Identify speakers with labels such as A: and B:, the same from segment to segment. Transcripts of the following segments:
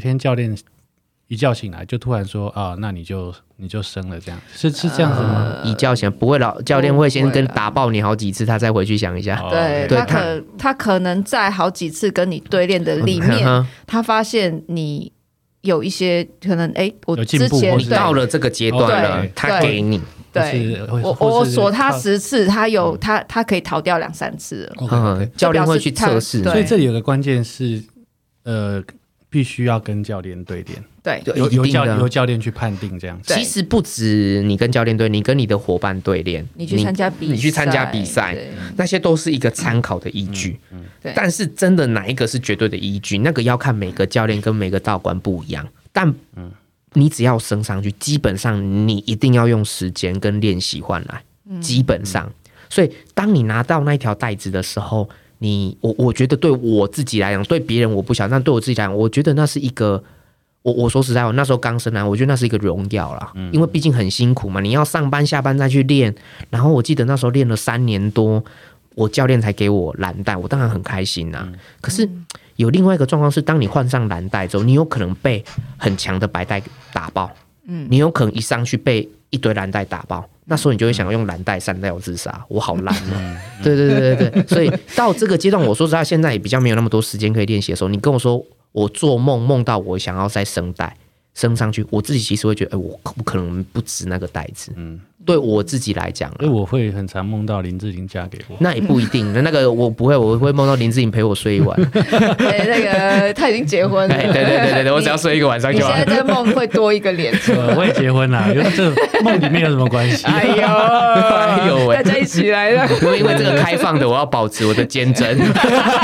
A: 天教练一觉醒来就突然说啊，那你就你就生了这样，是是这样子吗？
B: 一觉醒不会老教练会先跟打爆你好几次，他再回去想一下。
A: 哦
C: 呃对
B: 啊对
C: 他
B: 他
C: 可他可能在好几次跟你对练
A: 哦
C: 的里面，
B: 嗯哼
C: 他发现你有一些可能，哎，我
A: 有进
C: 之
A: 步
C: 前
A: 或
B: 你
A: 是
C: 对
B: 到了这个阶段了
A: 哦对，
B: 他给你，
C: 对，
A: 或是
C: 我
A: 或
C: 我
A: 是嗯
C: 锁他
A: 靠
C: 十次，他有他他可以逃掉两三次了。
A: OK，OK
B: 嗯，教练会去测试
C: 就。表
A: 所
C: 示
A: 以这里有个关键是，呃，必须要跟教练对练，
C: 对
B: 对
A: 由
B: 一定
A: 由
B: 的
A: 教由教练去判定这样子。
C: 对
B: 其实不止你跟教练对，你跟你的伙伴对练，
C: 你去参加比赛，
B: 你去参加比赛
C: 对
B: 那些都是一个参考的依据。
C: 对
B: 但是真的哪一个是绝对的依据，那个要看每个教练跟每个道馆不一样。但你只要升上去，基本上你一定要用时间跟练习换来，基本上。所以当你拿到那一条带子的时候，你我我觉得对我自己来讲，对别人我不想，但对我自己来讲，我觉得那是一个。我我说实在，我那时候刚升来，我觉得那是一个荣耀啦，因为毕竟很辛苦嘛，你要上班下班再去练，然后我记得那时候练了三年多，我教练才给我蓝带，我当然很开心啦、可是有另外一个状况是，当你换上蓝带之后，你有可能被很强的白带打爆，嗯，你有可能一上去被一堆蓝带打爆，那时候你就会想要用蓝带删掉自杀，我好烂哦、对对对对对，所以到这个阶段，我说实在，现在也比较没有那么多时间可以练习的时候，你跟我说我做梦梦到我想要再升带。升上去，我自己其实会觉得，哎、我可不可能不值那个带子？嗯，对我自己来讲啊，
A: 所以哎我会很常梦到林志玲嫁给 我。
B: 那也不一定，那个我不会，我会梦到林志颖陪我睡一 晚。
C: 哎，那个他已经结婚了，
B: 哎，对对对对对，我只要睡一个晚上
C: 你
B: 就
C: 现
B: 好
C: 在。这个梦会多一个 脸。
A: 呃，我也结婚啦，有这梦里面有什么关系？
C: 哎呦，
B: 哎呦喂
C: 大家一起来了，
B: 因为因为这个开放的，我要保持我的坚贞。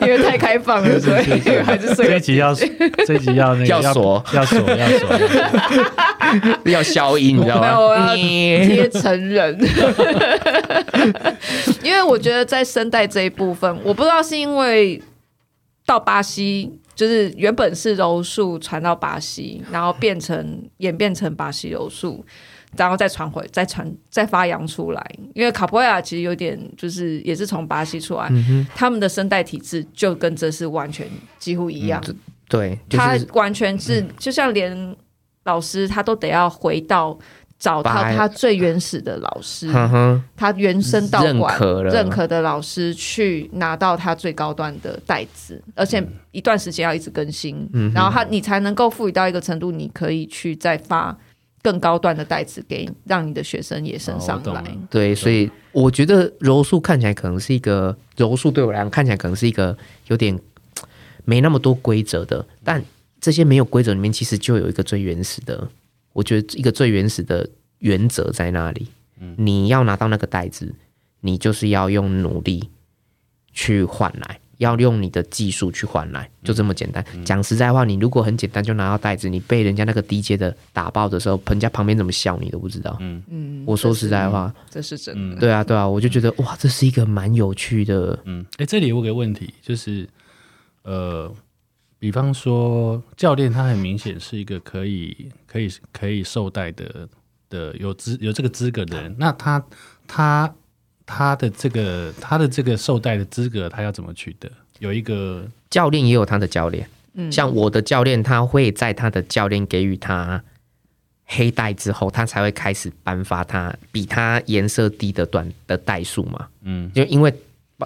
C: 因为太开放了，所以还是 睡
A: 这
C: 了
A: 一。集要这一集要那个
B: 要锁
A: 要锁要锁，
B: 要消音，你知道
C: 没有我要
B: 吗？你
C: 贴成人，因为我觉得在声带这一部分，我不知道是因为到巴西，就是原本是柔术传到巴西，然后变成演变成巴西柔术，然后再传回再传再发扬出来。因为卡波亚其实有点就是也是从巴西出来，他们的声带体制就跟这是完全几乎一样。
B: 对，就
C: 他
B: 是嗯
C: 完全是、就像连老师他都得要回到找到
B: 把
C: 他最原始的老师，
B: 哼哼，
C: 他原生道
B: 认
C: 馆
B: 可了
C: 认可的老师去拿到他最高端的带子，而且
B: 嗯
C: 一段时间要一直更新，然后他你才能够赋予到一个程度，你可以去再发更高端的带子给让你的学生也升
A: 哦
C: 上
A: 我懂
C: 来。
A: 了
B: 对，所以我觉得柔术看起来可能是一个柔术对我来讲看起来可能是一个有点没那么多规则的，但这些没有规则里面其实就有一个最原始的，我觉得一个最原始的原则在那里。你要拿到那个袋子，你就是要用努力去换来，要用你的技术去换来，就这么简单。讲实在话，你如果很简单就拿到袋子，你被人家那个低阶的打爆的时候，人家旁边怎么笑你都不知道。嗯嗯，我说实在话，
C: 这是真的。
B: 对啊，对啊，我就觉得哇，这是一个蛮有趣的，
A: 嗯，哎、这里我有个问题，就是呃，比方说教练他很明显是一个可以可以可以受带的的有资有这个资格的人，那他他他的这个他的这个受带的资格，他要怎么取得？有一个
B: 教练也有他的教练，
C: 嗯
B: 像我的教练，他会在他的教练给予他黑带之后，他才会开始颁发他比他颜色低的段的带数嘛，
A: 嗯，
B: 就因为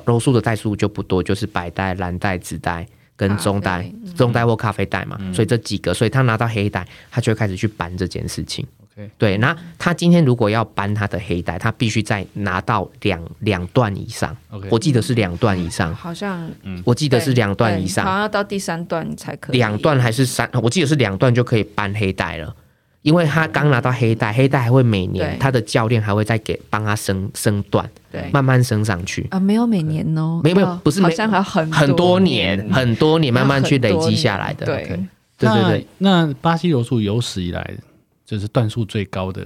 B: 柔术的带数就不多，就是白带、蓝带、紫带跟中
C: 咖
B: 带
C: 啡、
B: 中带或咖啡带嘛，所以这几个，所以他拿到黑带，他就会开始去搬这件事情。
A: OK，
B: 对，那他今天如果要搬他的黑带，他必须再拿到两两段以上。
A: OK
B: 我记得是两段以上，
C: 好像
B: 我记
C: 记
B: 得啊是两段以
C: 好
B: 上，
C: 像要到第三段你才可以
B: 两段还是三？我记得是两段就可以搬黑带了。因为他刚拿到黑带，黑带还会每年
C: 对
B: 他的教练还会再给帮他升升段，
C: 对
B: 慢慢升上去，
C: 啊，没有每年哦，
B: 没有没有
C: 要
B: 不是每
C: 好像还很
B: 很多年很多年慢慢去累
C: 很多
B: 积
C: 年
B: 下来的。
C: 对
B: OK，对对对，
A: 那，那巴西柔术有史以来就是段数最高的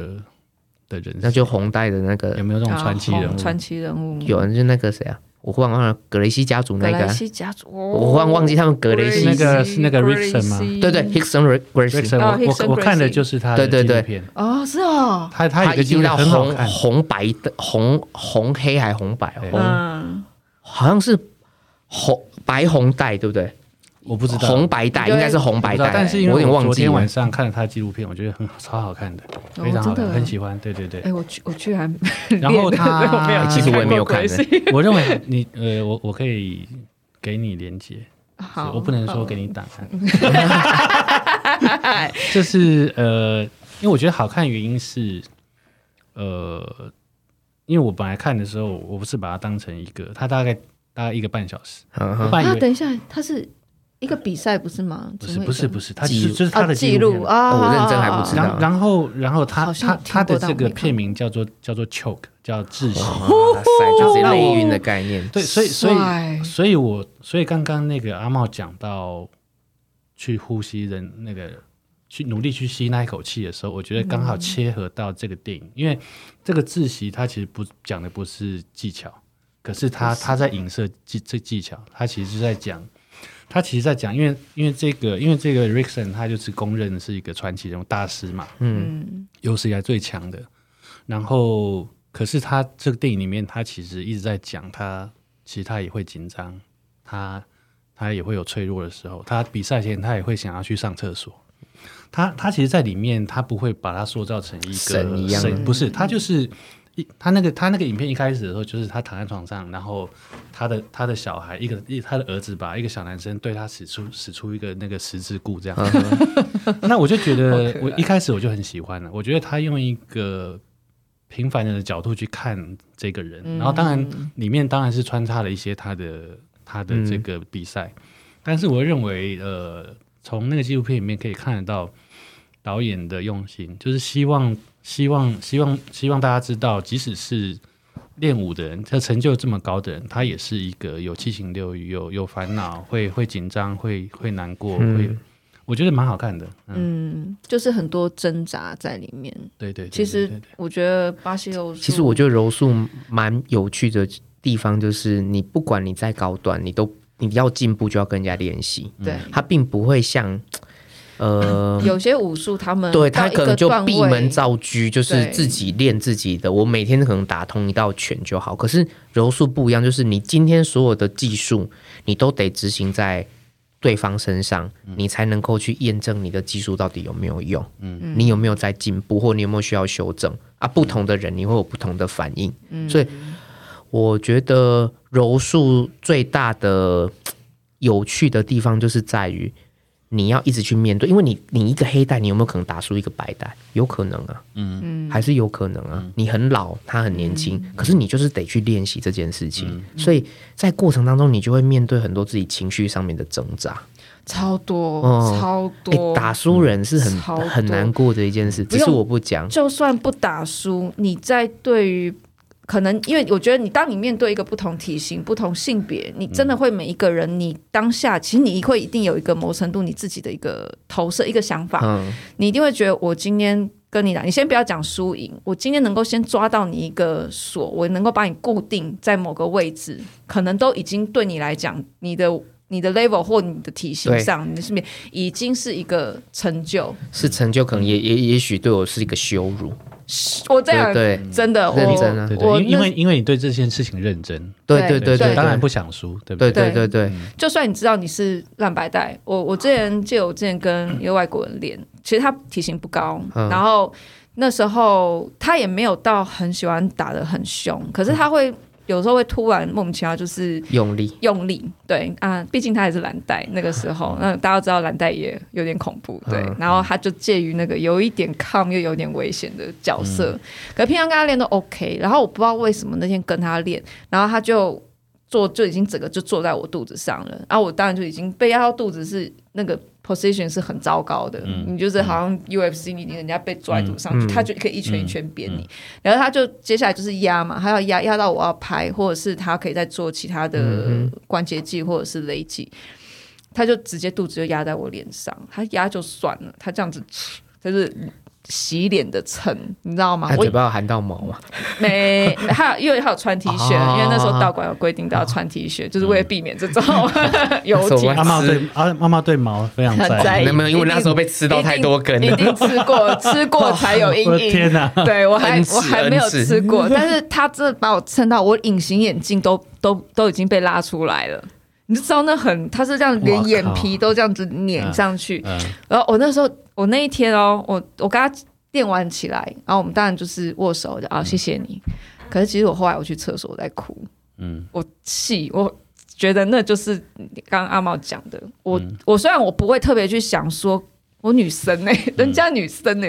A: 的人，
B: 那就红带的那
A: 有
B: 个
A: 没有这种
C: 啊
A: 传奇人
C: 红
A: 物？
C: 传奇人物
B: 有人就那个谁啊，我忽然忘了格雷西家族
C: 格
B: 那个
C: 莱
B: 啊，
C: 西家族，哦
B: 我忽然忘记他们格雷西
A: 那个是那个 Rickson 吗
B: 对对，Hickson Gracie，
A: Jackson，
C: 哦
A: 我
C: ，Hickson
A: 我我看的
C: Gracie
A: 就是他的纪
B: 对对
A: 录
B: 对
A: 片，
C: 哦，是哦，
A: 他他有
B: 他
A: 一个
B: 一
A: 纪
B: 定
A: 录
B: 到
A: 片很好
B: 红
A: 看，
B: 红白的红红黑还红白
A: 对
B: 红，
C: 嗯，
B: 好像是红白红带，对不对？
A: 我不知道
B: 红白带
C: 你就
B: 应
C: 会
B: 该是红
A: 不
B: 白
A: 知道
B: 带，
A: 但是因
B: 我
A: 为
B: 有点
A: 我
B: 忘
A: 昨
B: 记
A: 天
B: 了
A: 晚。上看了他的纪录片，我觉得很超好看的，
C: 哦
A: 非常好
C: 真
A: 看，
C: 的
A: 很喜欢。对对对
C: 哎、，我居我居然
A: 然后他
B: 哎其实
A: 啊
B: 我也没有看
C: 过鬼戏
A: 我认 为你呃，我我可以给你连接，
C: 好，
A: 我不能说
C: 好啊
A: 给你档 案。就是呃，因为我觉得好看的原因是，呃，因为我本来看的时候，我不是把它当成一个，它大概大概一个半小时，
B: 嗯
A: 我
B: 哼
A: 本来以
C: 啊，
A: 为
C: 等一下，它是一个比赛不是吗？
A: 不
C: 怎
A: 是
C: 么会
A: 不是
C: 这样
A: 不是，它
B: 记
A: 是
B: 录哦
A: 就是它
C: 啊，
A: 的
C: 记
A: 片
C: 录啊，
B: 我认真还不知道
A: 然然后然后它
C: 好
A: 它
C: 像
A: 它的
C: 听过但
A: 这
C: 我
A: 个
C: 没看
A: 片名叫做叫做 choke，叫窒息。
B: 哇塞，就是内晕的概念。
A: 对，所以所以
C: 帅
A: 所以我所以刚刚那个阿茂讲到去呼吸人那个去努力去吸那一口气的时候，我觉得刚
C: 嗯
A: 好切合到这个电影，因为这个窒息它其实不讲的不是技巧，可是它它在影射技这技巧，它其实是在讲。他其实在讲，因为因为这个，因为这个 Rickson 他就是公认是一个传奇人物大师嘛，
C: 嗯，
A: 有史以来最强的。然后，可是他这个电影里面，他其实一直在讲他，其实他也会紧张，他他也会有脆弱的时候。他比赛前，他也会想要去上厕所。他他其实，在里面，他不会把它塑造成一个
B: 神一样
A: 不是他就是一他那个他那个影片一开始的时候，就是他躺在床上，然后他的他的小孩一个一他的儿子吧，一个小男生对他使出使出一个那个十字固这样，
B: 嗯
A: 那我就觉得，我一开始我就很喜欢了。我觉得他用一个平凡人的角度去看这个人，
C: 嗯
A: 然后当然里面当然是穿插了一些他的他的这个比赛，但是我认为，呃，从那个纪录片里面可以看得到导演的用心，就是希望希望希望希望大家知道，即使是练武的人，他成就这么高的人，他也是一个有七情六欲、有有烦恼、会会紧张、会会难过、会。我觉得蛮好看的，嗯，
C: 就是很多挣扎在里面。
A: 对对对对对
C: 其实
A: 对
C: 我觉得巴西柔术，
B: 其实我觉得柔术蛮有趣的地方，就是你不管你在高端，你都你要进步就要跟人家练习，
C: 对
A: 嗯
B: 它并不会像呃。
C: 有些武术他们
B: 对
C: 到
B: 他
C: 一
B: 可
C: 个
B: 能就
C: 段
B: 闭
C: 位
B: 门造车，就是
C: 对
B: 自己练自己的。我每天可能打通一道拳就好。可是柔术不一样，就是你今天所有的技术，你都得执行在对方身上，你才能够去验证你的技术到底有没有用。嗯，你有没有在进步，或你有没有需要修正啊？不同的人你会有不同的反应。
C: 嗯
B: 所以我觉得柔术最大的有趣的地方就是在于你要一直去面对，因为你你一个黑带，你有没有可能打输一个白带？有可能啊，嗯，还是有可能啊。你很老，他很年轻，可是你就是得去练习这件事情，所以在过程当中，你就会面对很多自己情绪上面的挣扎。
C: 超多
B: 哦
C: 超
B: 哎、
C: 多，
B: 打输人是很、
C: 超多
B: 很难过的一件事，只
C: 用
B: 是我不讲。
C: 就算不打输，你在对于可能，因为我觉得你当你面对一个不同体型、不同性别，你真的会每一个人，你当下其实你会一定有一个某程度你自己的一个投射、一个想法，
B: 嗯，
C: 你一定会觉得我今天。跟你打，你先不要讲输赢，我今天能够先抓到你一个锁，我能够把你固定在某个位置，可能都已经对你来讲，你的你的 level 或你的体型
B: 对
C: 上，你的性别已经是一个成就。
B: 是成就，可能也也也许对我是一个羞辱。
C: 我这
B: 对
C: 样
B: 对
C: 真的，我
B: 嗯认真啊
A: 对
C: 我
A: 对，因因为因为你对这件事情认真，
B: 对对
C: 对
B: 对对，
A: 当然不想输，对不
B: 对
A: 对？
B: 对对对，
C: 就算你知道你是烂白带，我我之前记得我之前跟一个外国人练，其实他体型不高，
B: 嗯
C: 然后那时候他也没有到很喜欢打得很凶，可是他会、有时候会突然莫名其妙就是
B: 用力。
C: 用力，对啊，毕竟他也是蓝带，那个时候，那大家都知道蓝带也有点恐怖，对，
B: 嗯
C: 然后他就介于那个有一点抗又有点危险的角色，
B: 嗯
C: 可平常跟他练都 OK，然后我不知道为什么那天跟他练，然后他就坐就已经整个就坐在我肚子上了，啊然后我当然就已经被压到肚子是那个 position 是很糟糕的，你就是好像 UFC 你人家被拽在肚子上，
B: 嗯嗯
C: 他就可以一拳一拳扁你，然后他就接下来就是压嘛，他要压压到我要拍，或者是他可以再做其他的关节技或者是勒技，他就直接肚子就压在我脸上，他压就算了，他这样子就是洗脸的蹭，你知道吗
B: 他？
C: 我
B: 嘴巴有含到毛嘛？
C: 没，还有因为还有穿 T 恤，
B: 哦
C: 因为那时候道馆有规定都要穿 T 恤，就是为了避免这种
B: 嗯
C: 油体。
A: 阿茂对阿阿茂对毛非常
C: 很在
A: 在
C: 意
A: 意，
B: 没有没有因为那时候被吃到太多根了
C: 一定一定吃过，吃过才有阴
A: 我的
C: 影。
A: 天哪
C: 对我还
B: 恩赐
C: 我还没有吃过，但是他真的把我撑到我隐形眼镜都都都已经被拉出来了。你就知道那很，他是这样，连
A: 哇
C: 眼
A: 靠
C: 皮都这样子碾上去。
A: 嗯
C: 然后我那时候，我那一天哦，我我跟他电完起来，然后我们当然就是握手，就啊谢谢你。可是其实我后来我去厕所我在哭，
A: 嗯
C: 我气，我觉得那就是刚刚阿茂讲的。我、
A: 嗯
C: 我虽然我不会特别去想说。我女生呢、
A: 嗯
C: 人家女生 呢、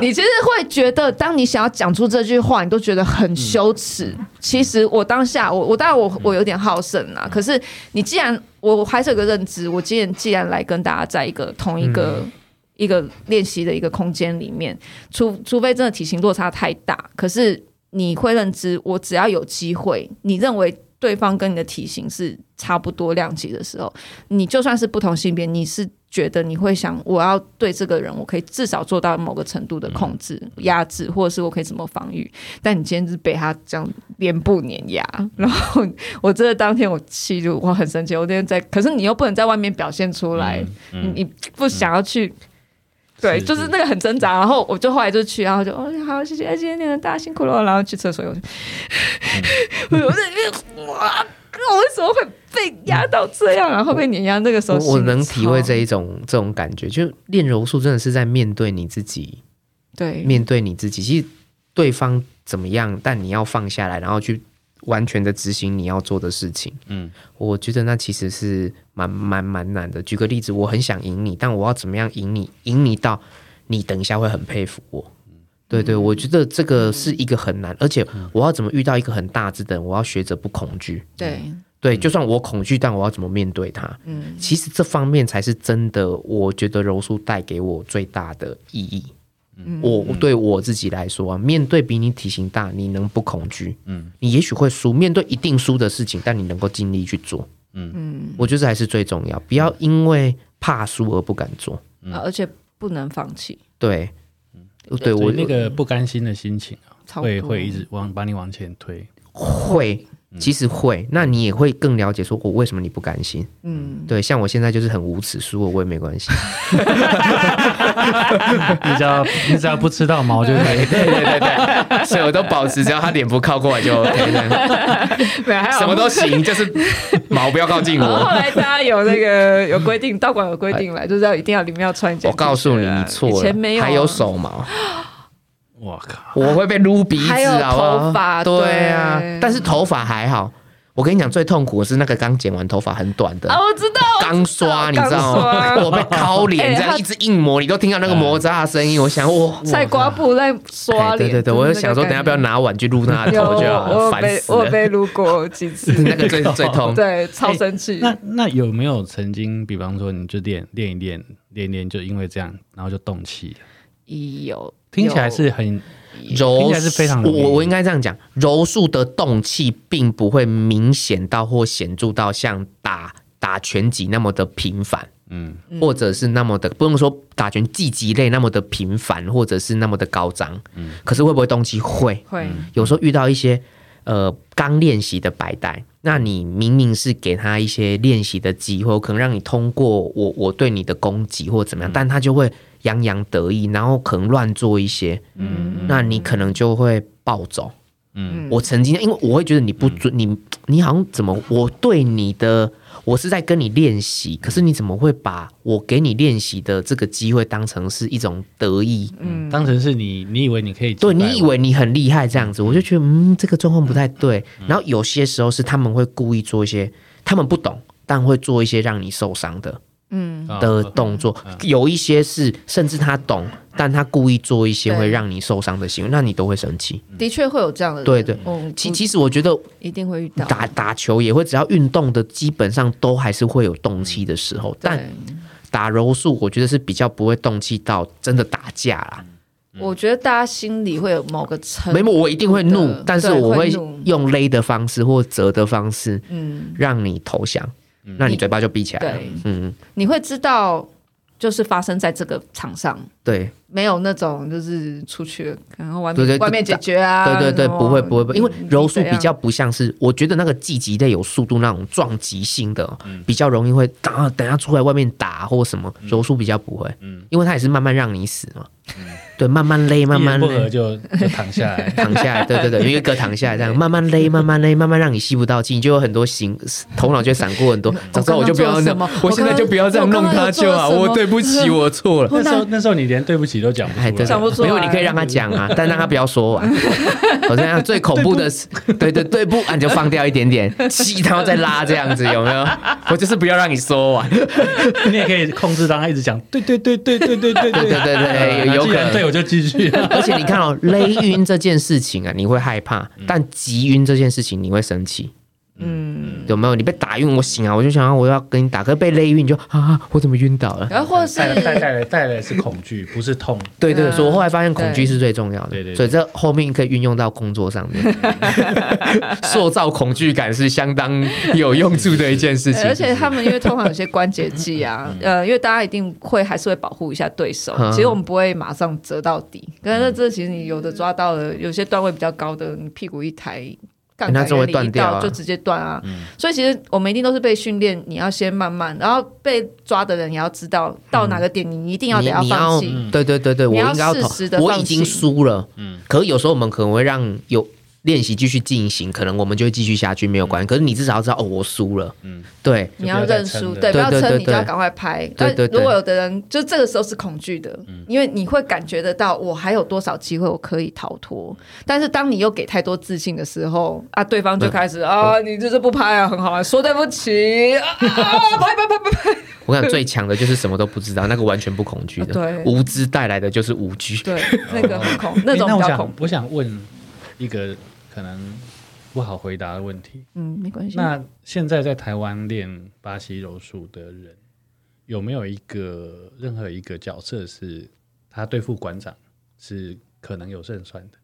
C: 你其实会觉得，当你想要讲出这句话，你都觉得很羞耻。
A: 嗯
C: 其实我当下，我我当然我我有点好胜
A: 嗯
C: 啦，可是你既然我还是有个认知，我今天既然来跟大家在一个同一个、一个练习的一个空间里面，除除非真的体型落差太大，可是你会认知，我只要有机会，你认为对方跟你的体型是差不多量级的时候，你就算是不同性别，你是觉得你会想，我要对这个人，我可以至少做到某个程度的控制、
A: 嗯
C: 压制，或者是我可以怎么防御。但你今天是被他这样脸部碾压，然后我真的当天我气就我很生气，我那天在，可是你又不能在外面表现出来，
A: 嗯
C: 你你不想要去。对，
A: 是
C: 就是那个很挣扎，然后我就后来就去，然后就哦好，谢谢，哎谢谢你们，大家辛苦了，然后去厕所，我就
B: 嗯
C: 我就在那边哇，我为什么会被压到这样，然后被碾压？那个时候
B: 我我
C: 心
B: 能
C: 超
B: 体会这一种这种感觉，就练柔术真的是在面对你自己，
C: 对
B: 面对你自己。其实对方怎么样，但你要放下来，然后去完全的执行你要做的事情。
A: 嗯，
B: 我觉得那其实是蛮蛮蛮难的。举个例子，我很想赢你，但我要怎么样赢你？赢你到你等一下会很佩服我。对对，我觉得这个是一个很难，而且我要怎么遇到一个很大只的人，我要学着不恐惧。
C: 对，
B: 对，就算我恐惧，但我要怎么面对它？
C: 嗯
B: 其实这方面才是真的，我觉得柔术带给我最大的意义。
C: 嗯
B: 我对我自己来说啊，面对比你体型大，你能不恐惧？嗯，你也许会输，面对一定输的事情，但你能够尽力去做。嗯嗯，我觉得这还是最重要，不要因为怕输而不敢做。
C: 啊而且不能放弃，
B: 对，对
A: 所
B: 我
A: 以那个不甘心的心情啊，
C: 超
A: 会
C: 多
A: 会一直往把你往前推。
B: 会，其实会，那你也会更了解说，我为什么你不甘心？
C: 嗯，
B: 对，像我现在就是很无耻，输了我也没关系。
A: 你只 要你只要不吃到毛就可以。
B: 对对对对， 所以我都保持，只要他脸不靠过来就 OK，的
C: 对，还有
B: 什么都行，就是毛不要靠近
C: 然后后
B: 我。
C: 来大家有那个有规定，道馆有规定来，就是要一定要里面要穿一件 T 恤啊。
B: 哎我告诉你，你错
C: 以
B: 了
C: 前没，有啊，
B: 还有手毛，
A: 我靠，
B: 我会被撸鼻
C: 还
B: 子，
C: 有
B: 好不好
C: 头发
B: 对啊
C: 对，
B: 但是头发还好。我跟你讲，最痛苦的是那个刚剪完头发很短的
C: 啊，，我知道，
B: 刚刷，你知道
C: 哦刚
B: 吗？
C: 刷
B: 我被敲 脸，
C: 哎
B: 这样
C: 他
B: 一直硬磨，你都听到那个摩擦的声音。我想，哇，
C: 菜瓜布在刷
B: 哎
C: 脸。
B: 对对对，我就想说，等一下不要拿碗去撸他的头就
C: 有我
B: 好了，
C: 有
B: 烦
C: 被
B: 死
C: 我有
B: 了。
C: 被撸过几次，
B: 那个最哎最痛，
C: 对，超生气。
A: 那那有没有曾经，比方说你就练练一练，练一练就因为这样，然后就动气了？
C: 有
A: 听起来是很
B: 柔
A: 应该是非常
B: 我
A: 容易
B: 我我应该这样讲，柔术的动气并不会明显到或显著到像打打拳击那么的频繁，
A: 嗯
B: 或者是那么的不用说打拳击击类那么的频繁，或者是那么的高涨。可是会不会动气？会，
C: 会
B: 有时候遇到一些呃刚练习的白带，那你明明是给他一些练习的机会，可能让你通过我我对你的攻击或怎么样，但他就会洋洋得意，然后可能乱做一些，嗯，那你可能就会暴走。嗯，我曾经因为我会觉得你不尊、你，你好像怎么我对你的。我是在跟你练习，可是你怎么会把我给你练习的这个机会当成是一种得意？
A: 嗯，当成是你，你以为你可以击败
B: 对
A: 我，
B: 你以为你很厉害这样子，我就觉得嗯，这个状况不太对。然后有些时候是他们会故意做一些他们不懂，但会做一些让你受伤的
C: 嗯
A: 啊
B: 的动作。有一些是甚至他懂，但他故意做一些
C: 对
B: 会让你受伤的行为，那你都会生气。
C: 的确会有这样的人，
B: 对对
C: 嗯，
B: 其
C: 不
B: 其实我觉得
C: 一定会遇到
B: 打打球也会，只要运动的基本上都还是会有动气的时候，但
C: 对
B: 打柔术我觉得是比较不会动气到真的打架啦。
C: 我觉得大家心里会有某个称，
B: 没有，我一定会怒
C: 对，
B: 但是我
C: 会
B: 会嗯
C: 怒
B: 用勒的方式或折的方式
C: 嗯，
B: 让你投降，
A: 嗯
B: 那你嘴巴就闭起来了
C: 对。
B: 嗯，
C: 你会知道，就是发生在这个场上，
B: 对
C: 没有那种就是出去然后外
B: 对
C: 面
B: 对
C: 外面解决啊，
B: 对对对，
C: 什么
B: 不会不会不会，因为
C: 嗯
B: 柔术
C: 你怎
B: 比
C: 样
B: 较不像是，我觉得那个技击类有速度那种撞击性的，哦
A: 嗯
B: 比较容易会啊，等下出来外面打或什么，柔术比较不会，因为它也是慢慢让你死嘛。对，慢慢勒，慢
A: 嗯一
B: 慢
A: 言不合
B: 勒，。
A: 就就躺下来
B: 躺下来，对对对，有一个躺下来，这样慢慢勒，慢慢勒，慢慢让你吸不到气，你就有很多行，头脑就会闪过 很多。早知道我就不要那
C: 我刚刚做了什么，
B: 我现在就不要这样弄他就好，
C: 我刚刚有做了什么
B: 我对不起，我错 了。
A: 那时候那时候你连对不起都讲不
B: 哎，
A: 出
B: 对，
A: 来
C: 讲，不出来
B: 没有，你可以让他讲 啊，但让他不要说完。 我这样最恐怖的是，对对对不，啊，你就放掉一点点，气，然后再拉这样子，有没有？ 我就是不要让你说 完。
A: 你也可以控制，让他一直讲对对对对对对 对对哎
B: 对对对
A: 那
B: 有
A: 既
B: 有可能
A: 然对我就继续。
B: 而且你看哦，勒晕这件事情啊，你会害怕；但急晕这件事情，你会生气。
C: 嗯，
B: 有没有？你被打晕，我醒啊，我就想啊我要跟你打，可是被勒晕，你就啊，我怎么晕倒了？
C: 然后 或是
A: 带来带带来带来是恐惧，不是痛。
B: 对对，
C: 嗯
B: 所以我后来发现恐惧是最重要的，
A: 对对对
B: 所以这后面可以运用到工作上 面，塑造恐惧感是相当有用处的一件事情。
C: 而且他们因为通常有些关节技 啊，呃，因为大家一定会还是会保护一下对手
B: 嗯，
C: 其实我们不会马上折到底。但是这其实你有的抓到了，有些段位比较高的，你屁股一抬，杠
B: 那
C: 杆
B: 这会
C: 原理
B: 断
C: 一
B: 掉
C: 到
B: 啊
C: 就直接断啊。所以其实我们一定都是被训练，你要先慢慢，然后被抓的人也要知道到哪个点你一定要
B: 嗯你
C: 得要
B: 你
C: 放
B: 要
C: 弃。
B: 对对对对，我
C: 你要
B: 应该要
C: 适
B: 投
C: 时地
B: 我
C: 放
B: 已经
C: 弃
B: 输了，嗯，可是有时候我们可能会让有练习继续进行，可能我们就会继续下去，没有
C: 嗯
B: 关系。可是你至少要知道哦，我输了，嗯
A: 嗯，
B: 对，
C: 你要认输，
A: 就不要再撑了
C: 对，不要
B: 对对
C: 撑，
B: 对
C: 你就要赶快拍。
B: 对对
C: 但
B: 对
C: 如果有的人就这个时候是恐惧的，
A: 嗯
C: 因为你会感觉得到我还有多少机会我可以逃脱。但是当你又给太多自信的时候，啊，对方就开始啊，你就是不拍啊，很好啊，说对不 起啊，啊拍拍拍拍拍，
B: 我想最强的就是什么都不知道，那个完全不恐惧的，
C: 对
B: 无知带来的就是无惧。
C: 对，那
A: 哦
C: 个很恐，那种
A: 诶
C: 比
A: 我
C: 较恐
A: 想
C: 怖。
A: 我想问一个可能不好回答的问题。
C: 嗯，没关系。
A: 那现在在台湾练巴西柔术的人，有没有一个任何一个角色是他对付馆长是可能有胜算的？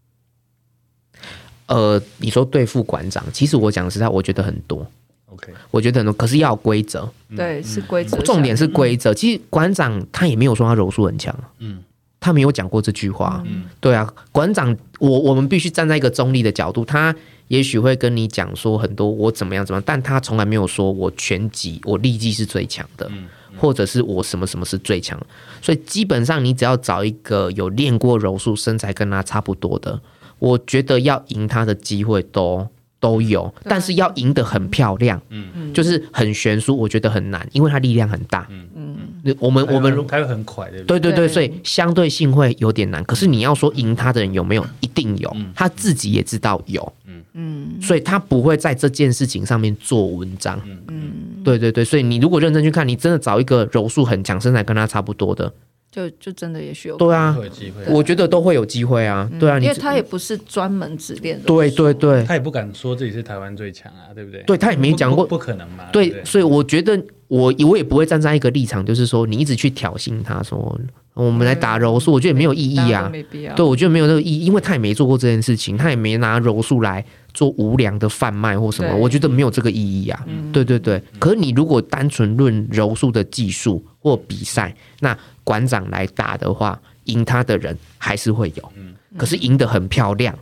B: 呃，你说对付馆长，其实我讲实在，我觉得很多，
A: OK，嗯
B: 我觉得很多，可是要有规则，
C: 对，是规则。
B: 重点是规则。其实馆长他也没有说他柔术很强，啊
A: 嗯
B: 他没有讲过这句话。
A: 嗯
B: 对啊，馆长，我我们必须站在一个中立的角度，他也许会跟你讲说很多我怎么样怎么样，但他从来没有说我拳击我力技是最强的，
A: 嗯
B: 或者是我什么什么是最强的。所以基本上你只要找一个有练过柔术、身材跟他差不多的，我觉得要赢他的机会都都有，
C: 嗯
B: 但是要赢得很漂亮，
A: 嗯
B: 就是很悬殊，我觉得很难，因为他力量很大。
A: 嗯
B: 嗯嗯，我们我们
A: 他会很快，对不对？
B: 对对
C: 对
B: 对，所以相对性会有点难。可是你要说赢他的人有没有，一定有，他自己也知道有，
C: 嗯，
B: 所以他不会在这件事情上面做文章。
A: 嗯
B: 嗯，对对对，所以你如果认真去看，你真的找一个柔术很强、身材跟他差不多的，
C: 就就真的也许有，嗯
B: 对
A: 会
B: 啊
A: 有，机会。
B: 我觉得都会有机会啊。对啊，你
C: 因为他也不是专门只练柔术。
B: 对对对
A: 他也不敢说自己是台湾最强啊，对不对？
B: 对，他也没讲过
A: 不不不可能嘛。对不
B: 对，所以我觉得我我也不会站在一个立场，就是说你一直去挑衅他说哦我们来打柔术，我觉得也没有意义
C: 大家
B: 啊
A: 嗯
C: 都。没必要。
B: 对，我觉得没有那个意义，因为他也没做过这件事情，他也没拿柔术来做无良的贩卖或什么，
C: 对嗯
B: 我觉得没有这个意义啊。对对对，可是你如果单纯论柔术的技术或比赛，那馆长来打的话，赢他的人还是会有，
C: 嗯
B: 可是赢得很漂亮，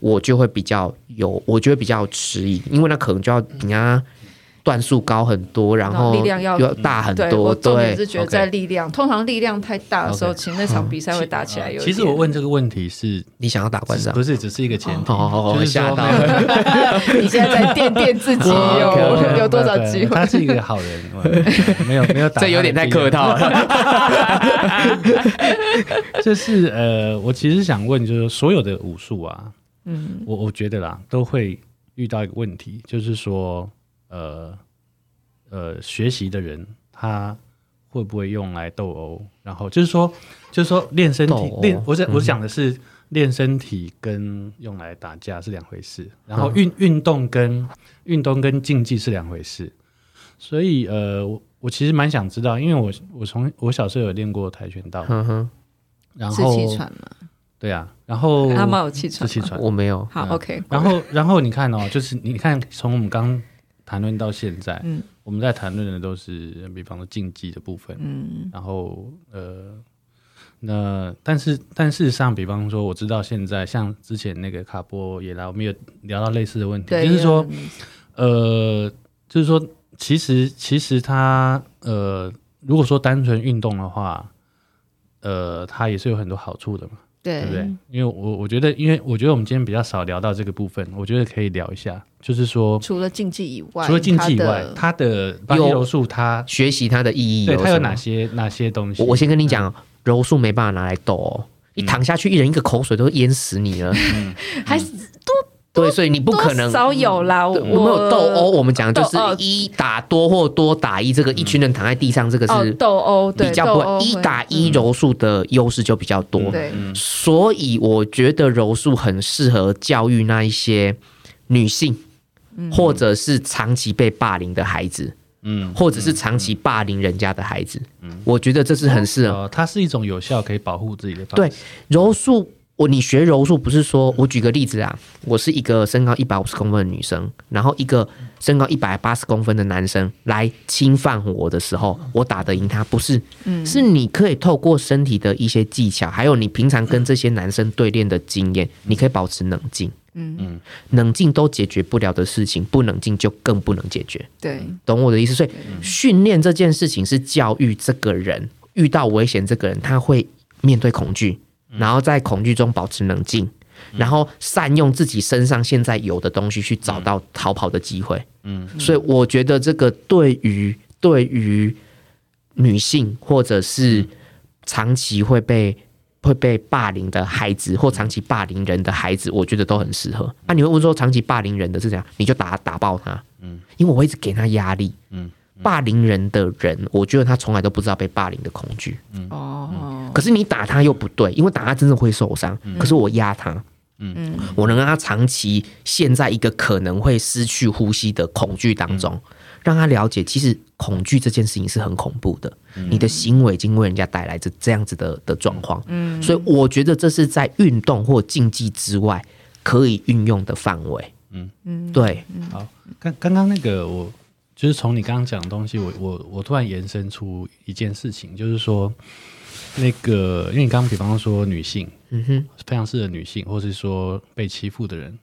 B: 我就会比较有，我就会比较迟疑，因为那可能就要人家段数高很多，然
C: 然后嗯
B: 后
C: 力量要
B: 又大很
C: 对，
B: 多，
C: 我重点
B: 对
C: 是觉得
A: OK
C: 在力量，通常力量太大的时候，
A: OK
C: 其实那场比 赛会打起来有一
A: 啊其实
C: 点
A: 我问这个问题是，
B: 你想要打馆
A: 只是
B: 长
A: 不。是只是一个前提，
B: 哦哦哦
A: 就是
B: 吓
A: 说
B: 到
A: 没有
C: 你现在在垫垫 自己
B: 哦
C: 有
B: OK，OK，
C: 有多少机会？
A: 他是一个好人，没有没有打，
B: 这有点太客。套了，
A: 就是呃，我其实想问，就是所有的武术啊，
C: 嗯，
A: 我我觉得啦，都会遇到一个问题，就是说，呃呃，学习的人他会不会用来斗殴？然后就是说，就是说练身
B: 斗
A: 体
B: 殴嗯
A: 练，我想我讲的是练身体跟用来打架是两回事，然
B: 嗯
A: 后运运动跟运动跟竞技是两回事。所以呃，我我其实蛮想知道，因为我我从我小时候有练过跆拳道，
B: 嗯哼，
A: 然
C: 是
A: 后
C: 气喘吗？
A: 对啊，然后
C: 他们有气
A: 是
C: 喘
A: 气
C: 吗？
A: 喘，
B: 我没有，
C: 好，OK，
A: 然后，然后你看哦，就是你看，从我们刚谈论到现在，
C: 嗯
A: 我们在谈论的都是，比方说竞技的部分，
C: 嗯
A: 然后呃，那但是但事实上，比方说，我知道现在像之前那个卡波也来，我们有聊到类似的问题，
C: 对，
A: 就是说，
C: 嗯
A: 呃，就是说，其实其实他呃，如果说单纯运动的话，呃，它也是有很多好处的嘛，
C: 对
A: 对不对？因为我我觉得，因为我觉得我们今天比较少聊到这个部分，我觉得可以聊一下，就是说
C: 除了竞技以外，
A: 除了竞技以
C: 它
A: 外
C: 的，
A: 它的巴西
B: 有
A: 柔术它
B: 学习它的意义
A: 对它有
B: 什
A: 哪
B: 么？
A: 些哪些东西？
B: 我我先跟你讲，哦柔术没办法拿来斗哦，你
A: 嗯
B: 躺下去，一人一个口水都淹死 你了。
C: 还
B: 对，所以你不
C: 多
B: 可能。
C: 少有啦，我哦
B: 我们有斗殴，我们讲的就
C: 斗殴
B: 是一打多或多打一，这个一群人躺在地上，这个
C: 哦
B: 是
C: 斗殴，对
B: 比较
C: 斗
B: 不
C: 殴
B: 会一
C: 会嗯
B: 打一柔术的优势就比较
A: 嗯
B: 多。
C: 对
B: 所以我觉得柔术很适合教育那一些女性，
C: 嗯
B: 或者是长期被霸凌的孩子，
A: 嗯，
B: 或者是长期霸凌人家的孩子。我觉得这是很适合
A: 呃，它是一种有效可以保护自己的方
B: 对
A: 式。
B: 柔术。我你学柔术不是说，我举个例子啊，我是一个身高一百五十公分的女生，然后一个身高一百八十公分的男生来侵犯我的时
A: 嗯
B: 候，我打得赢他，不是，是你可以透过身体的一些技巧，还有你平常跟这些男生对练的经
A: 嗯
B: 验，你可以保持冷静，嗯嗯，冷静都解决不了的事情，不冷静就更不能解决，
C: 对
B: 懂我的意思？所以训练这件事情是教育这个人遇到危险，这个人他会面对恐惧，然后在恐惧中保持冷静，然后善用自己身上现在有的东西去找到逃跑的机会。嗯，所以我觉得这个对于对于女性或者是长期会被。会被霸凌的孩子，或长期霸凌人的孩子，我觉得都很适合。啊那、你会问说，长期霸凌人的是怎样？你就打打爆他，因为我会一直给他压力。
A: 嗯
B: 霸凌人的人，我觉得他从来都不知道被霸凌的恐惧。
C: 哦，
B: 可是你打他又不对，因为打他真的会受伤。可是我压他，
A: 嗯
B: 我能让他长期陷在一个可能会失去呼吸的恐惧当中，
A: 嗯
B: 让他了解，其实恐惧这件事情是很恐怖的。
A: 嗯
B: 你的行为已经为人家带来这这样子的的状况。嗯，所以我觉得这是在运动或竞技之外可以运用的范围。
A: 嗯
B: 嗯，对，
A: 好，刚刚刚那个我就是从你刚刚讲的东西，我我我突然延伸出一件事情，就是说那个，因为你刚刚比方说女性，
B: 嗯哼，
A: 非常适合女性，或是说被欺负的人。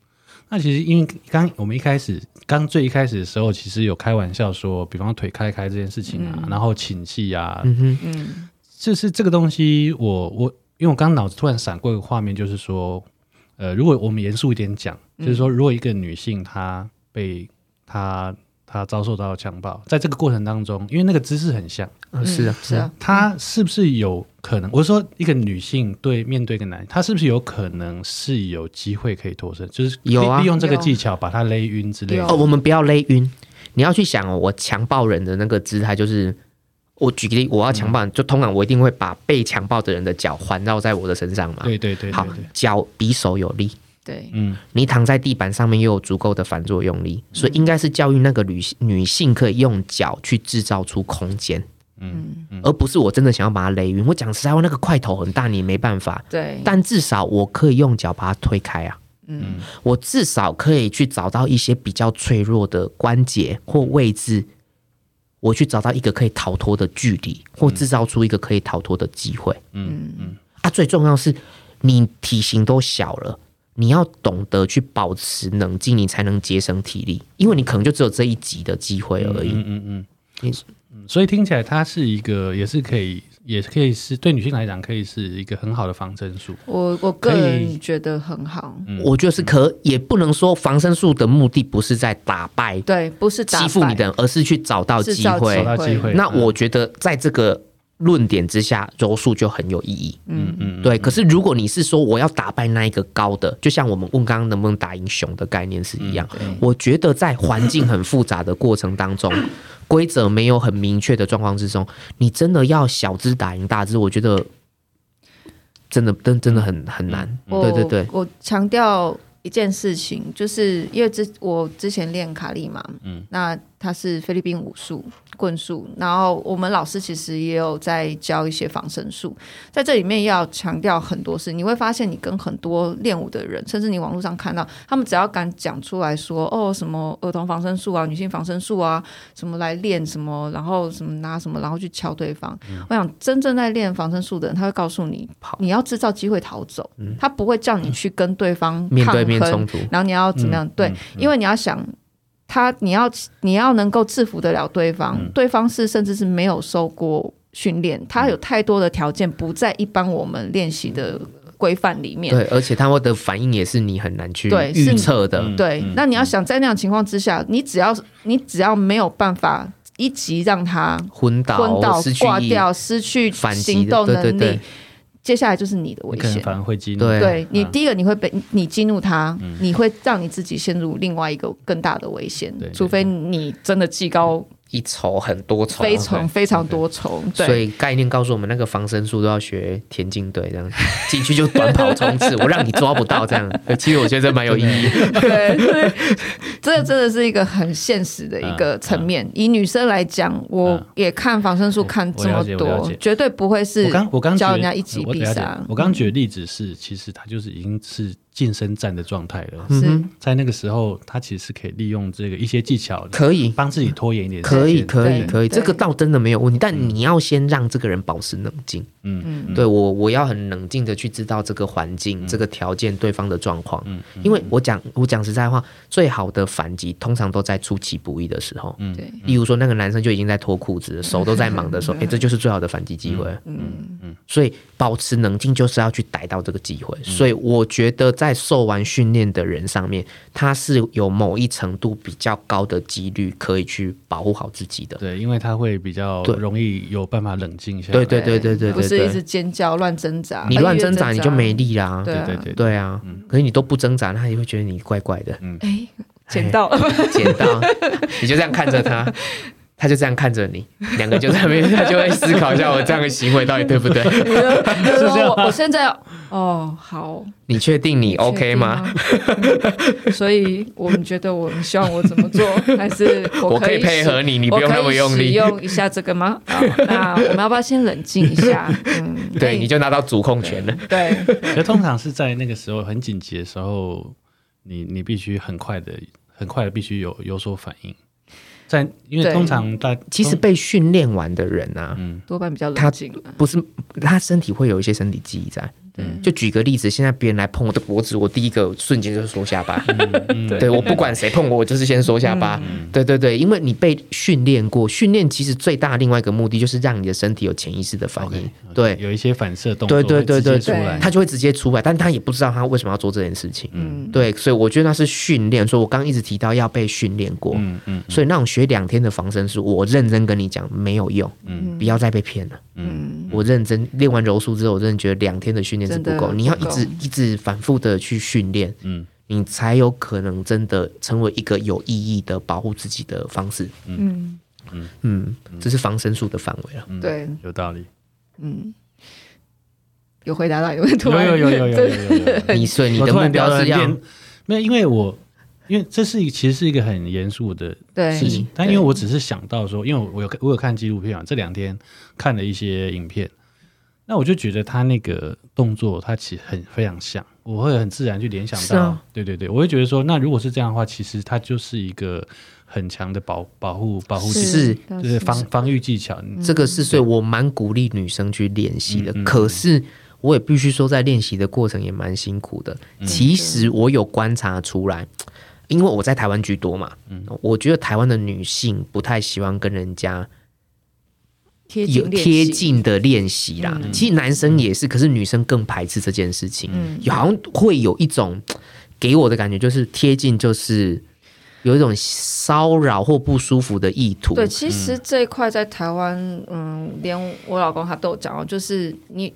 A: 那其实因为刚我们一开始刚最一开始的时候，其实有开玩笑说，比方腿开开这件事情啊，然后请戏啊，
B: 嗯哼。
C: 嗯
A: 就是这个东西我，我因为我刚刚脑子突然闪过一个画面，就是说，呃，如果我们严肃一点讲，就是说，如果一个女性她被她她遭受到强暴，在这个过程当中，因为那个姿势很像，
B: 嗯是啊，
C: 是啊，
A: 她是不是有可能？我是说，一个女性对面对一个男人，她是不是有可能是有机会可以脱身？就是利
B: 有啊
A: 利用这个
C: 有
A: 技巧把她勒晕之类
C: 有啊
A: 的
B: 哦，。我们不要勒晕，你要去想哦，我强暴人的那个姿态就是，我举个例，我要强
A: 嗯
B: 暴人，就通常我一定会把被强暴的人的脚环绕在我的身上嘛。
A: 对对对对
B: 好
A: 对，，
B: 脚比手有力，
C: 对，
A: 嗯
B: 你躺在地板上面又有足够的反作用力，所以应该是教育那个女女性可以用脚去制造出空间，
A: 嗯嗯
B: 而不是我真的想要把她勒晕。我讲实在话，那个块头很大，你也没办法。
C: 对，
B: 但至少我可以用脚把它推开啊。嗯，我至少可以去找到一些比较脆弱的关节或位置，我去找到一个可以逃脱的距离，或制造出一个可以逃脱的机会。
A: 嗯嗯
B: 啊，最重要是你体型都小了，你要懂得去保持冷静，你才能节省体力，因为你可能就只有这一集的机会而已。
A: 嗯嗯嗯嗯，所以听起来它是一个，也是可以，也可以是对女性来讲，可以是一个很好的防身术。
C: 我我个
A: 可以
C: 人觉得很好，
A: 嗯
B: 我觉得是可，也不能说防身术的目的不是在打败
C: 对，不是打
B: 欺负你
C: 败
B: 的人，而是去找到
C: 制
B: 机
C: 造
B: 会
A: 找。到机会。
B: 那我觉得在这个论点之下，柔术就很有意义。
A: 嗯嗯
B: 对，可是如果你是说我要打败那一个高的，就像我们问刚刚能不能打赢熊的概念是一样，
A: 嗯
B: 我觉得在环境很复杂的过程 当中，规则没有很明确的状况之中，你真的要小只打赢大只，我觉得真的真真的很很难。
A: 嗯
C: 我
B: 嗯对对对，
C: 我强调一件事情，就是因为之我之前练卡利嘛，嗯，那它是菲律宾武术棍术，然后我们老师其实也有在教一些防身术，在这里面要强调很多事，你会发现你跟很多练武的人，甚至你网络上看到，他们只要敢讲出来说哦什么儿童防身术啊、女性防身术啊，什么来练什么，然后什么拿什么，然后去敲对方。
B: 嗯
C: 我想真正在练防身术的人，他会告诉你，你要制造机会逃走，他不会叫你去跟对方
B: 嗯面
C: 抗
B: 对
C: 衡，
B: 面冲嗯突，
C: 然后你要怎么样？对，因为你要想
B: 嗯
C: 他，你要你要能够制服得了对方，对方是甚至是没有受过训练，它
B: 嗯
C: 有太多的条件不在一般我们练习的规范里面。
B: 对，而且他们的反应也是你很难去
C: 对是
B: 预测的。
A: 嗯
C: 对，那你要想在那样情况之
B: 嗯
C: 下，你只要你只要没有办法一级让他
B: 昏倒、
C: 昏倒
B: 失、去
C: 挂
B: 意
C: 掉、失去
B: 反
C: 行
B: 击
C: 动
B: 的，
C: 能力，
B: 对对对，
C: 接下来就是你的危
A: 你可能
C: 险。
A: 反而会激怒
B: 对嗯
C: 对你，
A: 嗯
C: 第一个你会被你激怒他，你会让你自己陷入另外一个更大的危险
A: 对，对
C: 除非你真的技高
B: 一筹很多筹。
C: 非
A: 对
C: 常非常多重。
B: 嗯所
C: 对，
B: 以概念告诉我们，那个防身术都要学田径队这样，进去就短跑冲 刺，我让你抓不到这样。 其实我觉得这蛮有意义。
C: 对，所以这真的是一个很现实的一个层面。以女生来讲，我
A: 嗯
C: 也看防身术看这么
A: 我了解我了
C: 多
A: 解，
C: 绝对不会是
A: 我刚我刚
C: 教
A: 举
C: 人家一级
A: 我
C: 必
A: 了解
C: 杀。
A: 我刚举的例子是，其实他就是已经是近身战的状态了。
B: 嗯
C: 是
A: 在那个时候，他其实是可以利用这个一些技巧，
B: 可以，
A: 帮自己拖延一点时间。
B: 可以，可以，
C: 对
B: 可以，
C: 对
B: 这个倒真的没有问题，但你要先让这个人保持冷静。
A: 嗯，
B: 对我，我要很冷静的去知道这个环境、这个条件、对方的状况。因为我讲，我讲实在话，最好的反击通常都在出其不意的时候。
C: 对，
B: 例如说，那个男生就已经在脱裤子了，手都在忙的时候，哎、这就是最好的反击机会。
C: 嗯，嗯
B: 所以保持冷静就是要去逮到这个机会。所以我觉得在受完训练的人上面，他是有某一程度比较高的几率可以去保护好自己的。
A: 对，因为他会比较
B: 对
A: 容易有办法冷静下来。
B: 对对对对对
C: 不
B: 对
C: 是一
B: 对
C: 直，尖叫乱挣扎，
B: 你
C: 哎
B: 乱
C: 越
B: 挣扎你就没力啦。
C: 对啊
A: 对对对，
B: 对啊，可是你都不挣扎，他也会觉得你怪怪的。
C: 哎，捡 到
B: 捡到，你就这样看 着他，他就这样看着你，两个就在那边，他就会思考一下我这样的行为到底对不对？
C: 就是说我我现在哦好
B: 你确定啊你 OK 吗？？
C: 确定吗所以我们觉得我们希望我怎么 做，还是
B: 我可
C: 可
B: 以配合
C: 使
B: 你，你
C: 我
B: 不用
C: 可
B: 那么
C: 以
B: 用
C: 使
B: 力。
C: 用一下这个吗？好那我们要不要先冷静一 下？嗯，
B: 对，
C: 可以
B: 你就拿到主控权了。
C: 对
A: 可通常是在那个时候很紧急的时候，你你必须很快的、很快的必须有有所反应。在因为
C: 对
A: 通常大
B: 其实被训练完的人啊，
C: 多半比较冷
B: 他
C: 静啊。
B: 不是他身体会有一些身体记忆在。就举个例子，现在别人来碰我的脖子，我第一个瞬间就是缩下巴。对我不管谁碰我，我就是先缩下巴。对对对，因为你被训练过，训练其实最大另外一个目的就是让你的身体有潜意识的反应。对，
A: 有一些反射动作
B: 对对对
A: 会直接
B: 对
A: 出来
B: 对，，他就会直接出来，但他也不知道他为什么要做这件事情。嗯，对，所以我觉得那是训练，所以我刚刚一直提到要被训练过。嗯嗯，所以那种学两天的防身术，我认真跟你讲没有用，嗯，不要再被骗了。嗯，我认真练完柔术之后，我真的觉得两天的训练是不
C: 真
B: 够，
C: 的
B: 你要一
C: 不够
B: 直一直反复的去训练，嗯，你才有可能真的成为一个有意义的保护自己的方式。
C: 嗯，
B: 嗯，这是防身术的范围了。
A: 嗯
C: 对，
A: 有道理，
C: 有回答到你们突
A: 有
C: 然
A: 有有有有有
C: 对
A: 有 有有。
B: 你所以你
A: 嗯我
B: 的
A: 突
B: 目
A: 然聊
B: 标
A: 得
B: 是要
A: 变没有，因为我因为这是一其实是一个很严肃的
C: 对
A: 事情
C: 对，
A: 但因为我只是想到说，因为我有我有看纪录片啊，这两天看了一些影片，那我就觉得他那个动作，他其实很非常像，我会很自然去联想
B: 是
A: 到，
B: 啊
A: 对对对，我会觉得说，那如果是这样的话，其实它就是一个很强的保保护保护技巧，
B: 是
C: 当
A: 就是
C: 时
A: 防防御技巧，
B: 嗯这个
C: 嗯
B: 是所以我蛮鼓励女生去练习的。可是我也必须说，在练习的过程也蛮辛苦的。
C: 嗯
B: 其实我有观察出来，因为我在台湾居多嘛，
C: 嗯
B: 我觉得台湾的女性不太喜欢跟人家
C: 贴
B: 有
C: 近练习嗯
B: 贴，近的练习啦。其实男生也是，可是女生更排斥这件事情，
C: 嗯
B: 有好像会有一种给我的感觉就是贴近就是。有一种骚扰或不舒服的意图，
C: 对，其实
B: 嗯
C: 这一块在台湾，嗯，连我老公他都有讲哦，就是你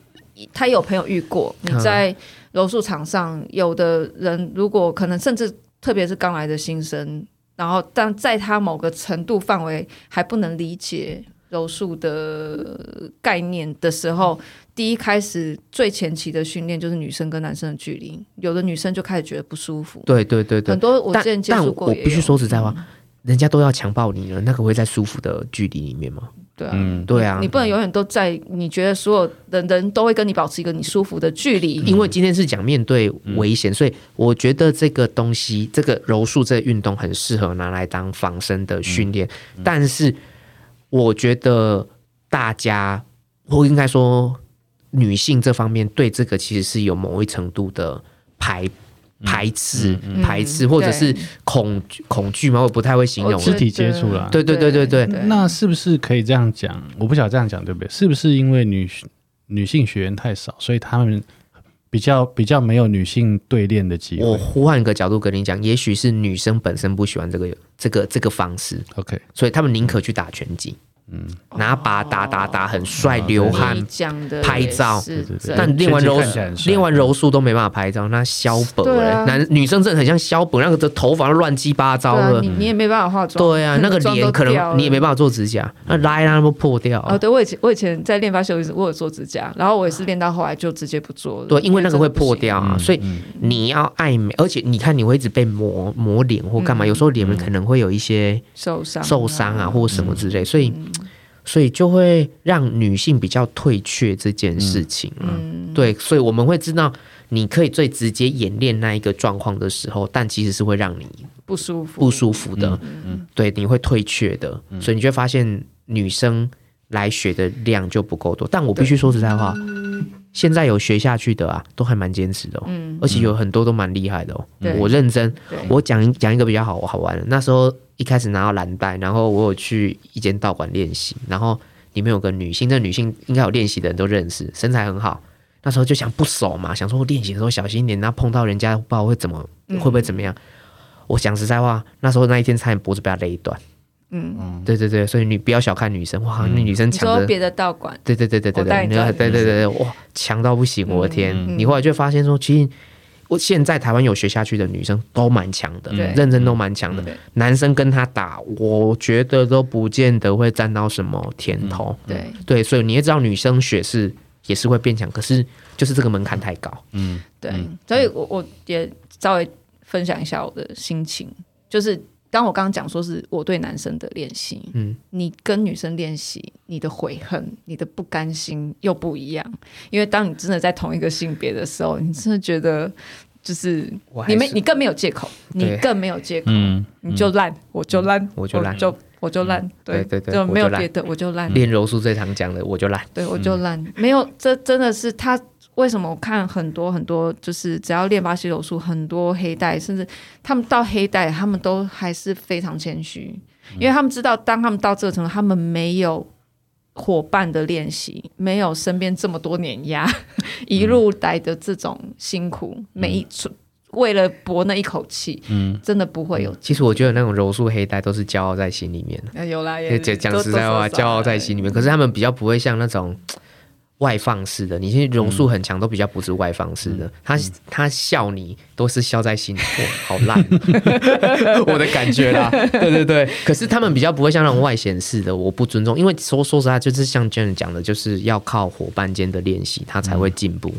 C: 他有朋友遇过，你
B: 嗯
C: 在柔术场上，有的人如果可能，甚至特别是刚来的新生，然后但在他某个程度范围还不能理解柔术的概念的时候。第一开始最前期的训练就是女生跟男生的距离，有的女生就开始觉得不舒服。
B: 对对对对
C: 很，多我之前
B: 但
C: 接
B: 但
C: 触
B: 我
C: 过
B: 我
C: 也有，嗯
B: 必须说实在话，人家都要强暴你了，那个会在舒服的距离里面吗？
C: 对啊，
A: 嗯
B: 对啊
C: 你，不能永远都在你觉得所有的人都会跟你保持一个你舒服的距离，
B: 嗯因为今天是讲面对危险，
C: 嗯
B: 所以我觉得这个东西，这个柔术这个运动很适合拿来当防身的
C: 嗯
B: 训练，但是我觉得大家，或应该说女性这方面对这个其实是有某一程度的排
C: 嗯
B: 排斥、排斥，或者是
C: 对
B: 恐惧恐惧吗？我不太会形容
C: 我
A: 肢
B: 了
C: 觉。
A: 体接触啦。
B: 对对对对对
A: 那是不是可以这样讲？我不晓得这样讲对不对？是不是因为女女性学员太少，所以他们比较比较没有女性对练的机
B: 我
A: 会
B: 换一个角度跟你讲，也许是女生本身不喜欢这个这个这个方式，
A: ？OK，
B: 所以他们宁可去打拳击，嗯，拿把打打打，很帅，流汗
C: 你，讲的
B: 拍照
C: 也是
A: 对
C: 啊
A: 对对
C: 真
B: 但练完柔
A: 看起来很帅
B: 练完柔术都没办法拍照，那肖本
C: 对
B: 欸
C: 啊
B: 男女生真的很像肖本，那个的头发都乱七八糟
C: 对啊
B: 了
C: 你。你也没办法化妆，
B: 对啊，那个
C: 妆
B: 脸
C: 都
B: 可
C: 掉了
B: 能你也没办法做指甲，那拉一拉都破掉啊
C: 哦，。对我以前我以前在练发修饰，我有做指甲，然后我也是练到后来就直接不做了，
B: 对，因为那个会
C: 真的不
B: 破
C: 行。
B: 掉啊，所以你要爱美，而且你看你会一直被磨磨脸或干嘛，有时候脸可能会有一些
C: 受伤
B: 受伤啊，或什么之类，所以所以就会让女性比较退却这件事情啊。对，所以我们会知道，你可以最直接演练那一个状况的时候，但其实是会让你
C: 不舒服，嗯
B: 不舒服的，对，你会退却的，所以你就会发现女生来学的量就不够多。但我必须说实在话，现在有学下去的啊，都还蛮坚持的、哦，而且有很多都蛮厉害的哦。
C: 嗯对
B: 我认真
C: 对，
B: 我讲一讲一个比较好好玩的，那时候一开始拿到蓝带，然后我有去一间道馆练习，然后里面有个女性，那女性应该有练习的人都认识，身材很好。那时候就想不熟嘛，想说练习的时候小心一点，那碰到人家不知道会怎么，
C: 嗯
B: 会不会怎么样？我讲实在话，那时候那一天差点脖子被她勒断。嗯，对对对，所以你不要小看女生，哇，那女生
C: 你说
B: 强的，
C: 别的道馆，
B: 对对对对对
C: 我带
B: 对，
C: 你
B: 你要
C: 转
B: 对对对对，哇，强到不行，我的天！
C: 嗯
B: 你后来就会发现说，其实我现在台湾有学下去的女生都蛮强的
C: 对，嗯
B: 认真都蛮强的
C: 对，
B: 男生跟她打，我觉得都不见得会占到什么甜头。
C: 对
B: 对，所以你也知道，女生学是也是会变强，可是就是这个门槛太高。
C: 对，
B: 嗯
C: 所以我我也稍微分享一下我的心情，就是当我刚刚讲说是我对男生的练习，嗯，你跟女生练习，你的悔恨、你的不甘心又不一样，因为当你真的在同一个性别的时候，你真的觉得就是
B: 我还
C: 你没
B: 是
C: 你更没有借口，你
B: 对嗯
C: 更没有借口，
A: 嗯，
C: 你就烂，我就烂，
B: 我就烂
C: 我就我就烂，
B: 对对对
C: 就没有
B: 我就烂
C: 别的，我就烂，
B: 练柔术最常讲的，我就懒。
C: 对，我就烂，没有，这真的是他为什么我看很多很多，就是只要练巴西柔术，很多黑带，甚至他们到黑带，他们都还是非常谦虚，
B: 嗯
C: 因为他们知道，当他们到这个程度，他们没有。伙伴的练习没有身边这么多碾压，
B: 嗯
C: 一路来的这种辛苦，每一出为了搏那一口气，嗯，真的不会有。
B: 其实我觉得那种柔术黑带都是骄傲在心里面的。
C: 呃有啦，也
B: 也哎讲讲实在话，骄傲
C: 哎
B: 在心里面。可是他们比较不会像那种嘖外放式的，你其实柔术很强，都比较不是外放式的。他他笑你都是笑在心里，哇，好烂哦，我的感觉啦。对对对。可是他们比较不会像那种外显式的，我不尊重，因为说说实话，就是像 j e n 讲的，就是要靠伙伴间的练习，他才会进步。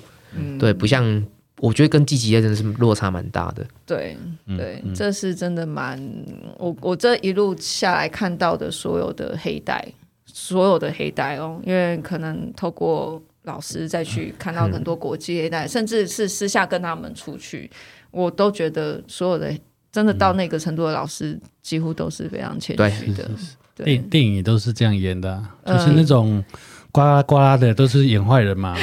B: 对，不像我觉得跟积极的真的是落差蛮大的。
C: 对
B: 嗯
C: 对，这是真的蛮我我这一路下来看到的所有的黑带，所有的黑带哦，因为可能透过老师再去看到很多国际黑带，
B: 嗯
C: 甚至是私下跟他们出去，我都觉得所有的真的到那个程度的老师，几乎都是非常谦虚的。对
A: 电电影也都是这样演的啊、
C: 嗯
A: 就是那种呱啦呱啦的都是演坏人 嘛。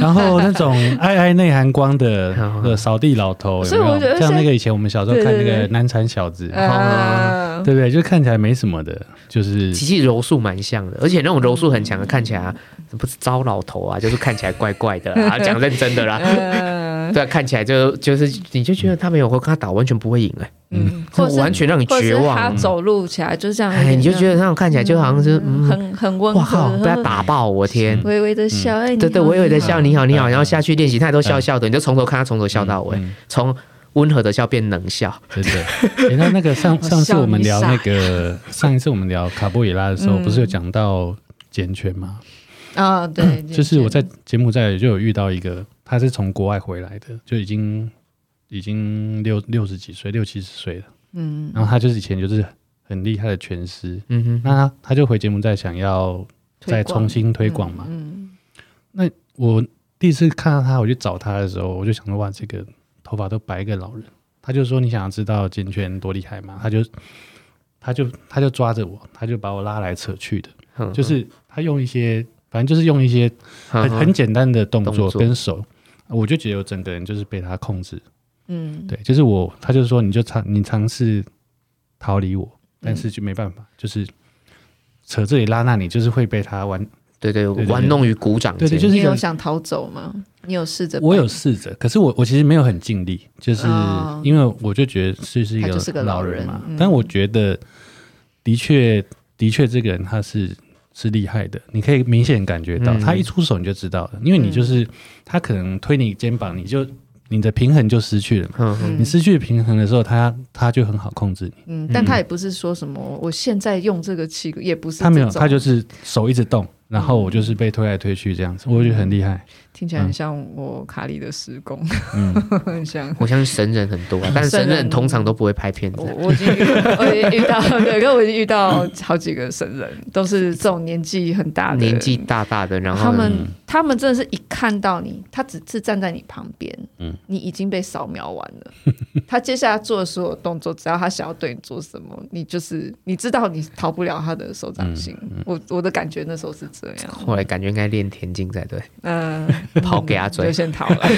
A: 然后那种 爱爱内含光的的扫地老头，
C: 所
A: 有
C: 以
A: 没
C: 我觉得
A: 有？像那个以前我们小时候
C: 对
A: 看
C: 对
A: 那个
C: 对
A: 《难产小子》，
C: 啊，
A: 对不对？就看起来没什么的，就是
B: 其实柔术蛮像的，而且那种柔术很强的，看起来啊不是糟老头啊，就是看起来怪怪的 啊，讲认真的啦，
C: 嗯
B: 对啊，看起来就就是你就觉得他没有跟他打完全不会赢哎、
C: 嗯，
B: 这
C: 或者是
B: 完全让你
C: 或者
B: 绝
C: 是他
B: 望，
C: 走路起来就是这样有
B: 哎，
C: 点
B: 你
C: 这
B: 就
C: 样，
B: 觉得那种看起来就好像是嗯，
C: 很很温
B: 哇靠，
C: 和，嗯
B: 被他打爆，我天！
C: 微微的笑，哎，
B: 对对，我以为在笑你好你好，
A: 嗯
B: 然后下去练习，他也都笑笑的，你就从头看他从头笑到尾，从温和的笑变冷笑，
A: 真的。诶那那个 上上次我们聊那个，上一次我们聊卡波伊拉的时候，
C: 嗯
A: 不是有讲到剪拳吗？
C: 啊，对，
A: 嗯就是我在柬埔寨就有遇到一个，他是从国外回来的，就已经已经六六十几岁，六七十岁了。嗯，然后他就是以前就是很厉害的拳师，
B: 嗯哼，
A: 那他他就回柬埔寨想要再
C: 推广
A: 重新推广嘛。
C: 嗯，
A: 那我第一次看到他，我去找他的时候，我就想说哇，这个头发都白一个老人。他就说你想要知道健全多厉害吗？他就他就他就抓着我，他就把我拉来扯去的，
B: 嗯
A: 就是他用一些反正就是用一些
B: 嗯
A: 很很简单的动
B: 动
A: 作
B: 作
A: 跟手，我就觉得我整个人就是被他控制，
C: 嗯，
A: 对，就是我，他就说你就尝你尝试逃离我，但是就没办法，就是扯这里拉那里，就是会被他玩。
B: 对对，
A: 对对
B: 玩弄于鼓掌
A: 对对，
B: 间。
A: 就是
C: 你
A: 一个
C: 有想逃走吗？你有试着？
A: 我有，试着，可是我我其实没有很尽力，就是
C: 哦
A: 因为我就觉得是是一
C: 他就是个
A: 个
C: 老
A: 老人嘛
C: 人，嗯
A: 但我觉得的确的确这个人他是是厉害的，你可以明显感觉到、
B: 嗯
A: 他一出手你就知道了，因为你
C: 嗯
A: 就是、他可能推你肩膀，你就你的平衡就失去了嘛。
B: 嗯
A: 你失去平衡的时候，他他就很好控制你，
C: 嗯，但他也不是说什么，我现在用这个器具也不是这
A: 他
C: 种，嗯
A: 没有，他就是手一直动，然后我就是被推来推去这样子，我觉得很厉害。
C: 听起
A: 嗯
C: 来很像我卡里的施工，很像。
B: 我相信神人很多啊，但是神
C: 神人
B: 人通常都不会拍片子
C: 我。我已经遇我已经遇到，对，跟我已经遇到好几个神人，都是这种年纪很大的人
B: 年纪大大的，然后
C: 他们他们真的是一看到你，他只是站在你旁边，
A: 嗯
C: 你已经被扫描完了。 他接下来做的所有动作，只要他想要对你做什么，你就是你知道你逃不了他的手掌心。
B: 嗯
C: 我我的感觉那时候是这 样，
B: 后来感觉应该练田径才对，
C: 嗯、
B: 跑给他
C: 你 就
B: 追，
C: 先逃了，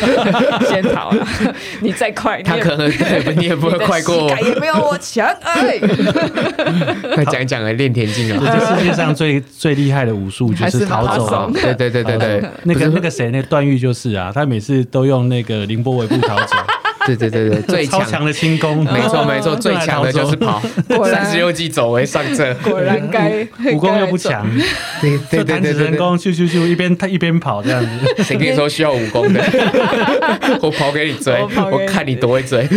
C: 先逃了， 你再快，
B: 他可能对你也不会快过我。
C: 也没有我强，哎，
B: 快讲一讲哎，练田径 啊，
A: 这世界上最最厉害的武术就
C: 还是
A: 逃
C: 马拉
A: 走啊
C: 松，
B: 对对对对对，
A: 那
B: 不
A: 个
B: 是
A: 那个谁，那个段誉就是啊，他每次都用那个凌波微步逃走，
B: 对对对对， 最
A: 超
B: 强，
A: 强的轻功，哦
B: 没错没错，最强的就是跑，
C: 果
B: 三
C: 然
B: 十六计走为上策，
C: 果然 该
A: 武功又不，强，
B: 对
A: 就
B: 对对
A: 弹
B: 对
A: 指
B: 对
A: 神
B: 对，
A: 功，咻咻咻，一边他一边跑这样子，
B: 谁跟你说需要武功的？我跑给你追，
C: 我跑给你
B: 我看你多会追。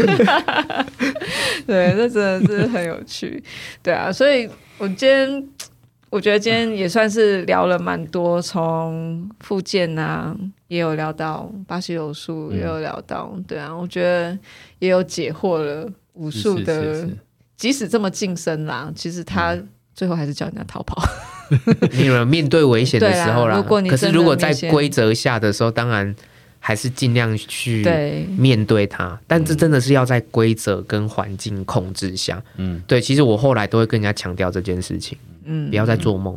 C: 对，那真的是很有趣，对啊，所以我今天。我觉得今天也算是聊了蛮多，从复健啊，也有聊到巴西柔术，也
B: 嗯
C: 有聊到，对啊，我觉得也有解惑了武术
A: 是
C: 的，
A: 是是
C: 即使这么近身啦，其实他
B: 嗯
C: 最后还是叫人家逃跑。
B: 你们面对危险的时候
C: 对啦如果你
B: 可是
C: 真的
B: 如果在
C: 明显
B: 规则下的时候，当然还是尽量去
C: 对，
A: 嗯
B: 面对它，但这真的是要在规则跟环境控制下。
A: 嗯
B: 对，其实我后来都会跟人家强调这件事情，
C: 嗯
B: 不要再做梦。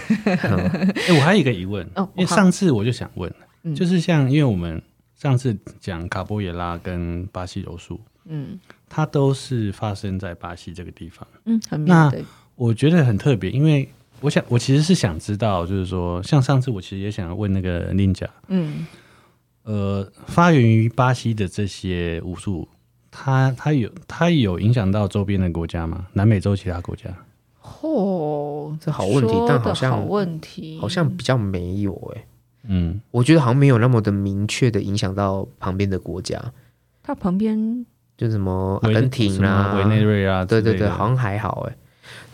B: 嗯
A: 哎，我还有一个疑问
C: 哦，
A: 因为
C: 好
A: 上次我就想问
C: 嗯，
A: 就是像因为我们上次讲卡波耶拉跟巴西柔术，
C: 嗯
A: 它都是发生在巴西这个地方，
C: 嗯，很
A: 那
C: 面对，
A: 我觉得很特别，因为。我想，我其实是想知道，就是说，像上次我其实也想问那个 Ninja，
C: 嗯
A: 呃，发源于巴西的这些武术，它它有它有影响到周边的国家吗？南美洲其他国家？
C: 哦，
B: 这好问题
C: 说
B: 但
C: 得
B: 好像
C: 问题
B: 好像比较没有诶、
A: 嗯，
B: 我觉得好像没有那么的明确的影响到旁边的国家，
C: 它旁边
B: 就什么阿
A: 委
B: 根廷
A: 什么
B: 啦、
A: 委内瑞拉之
B: 对
A: 类的，
B: 对对，好像还好诶、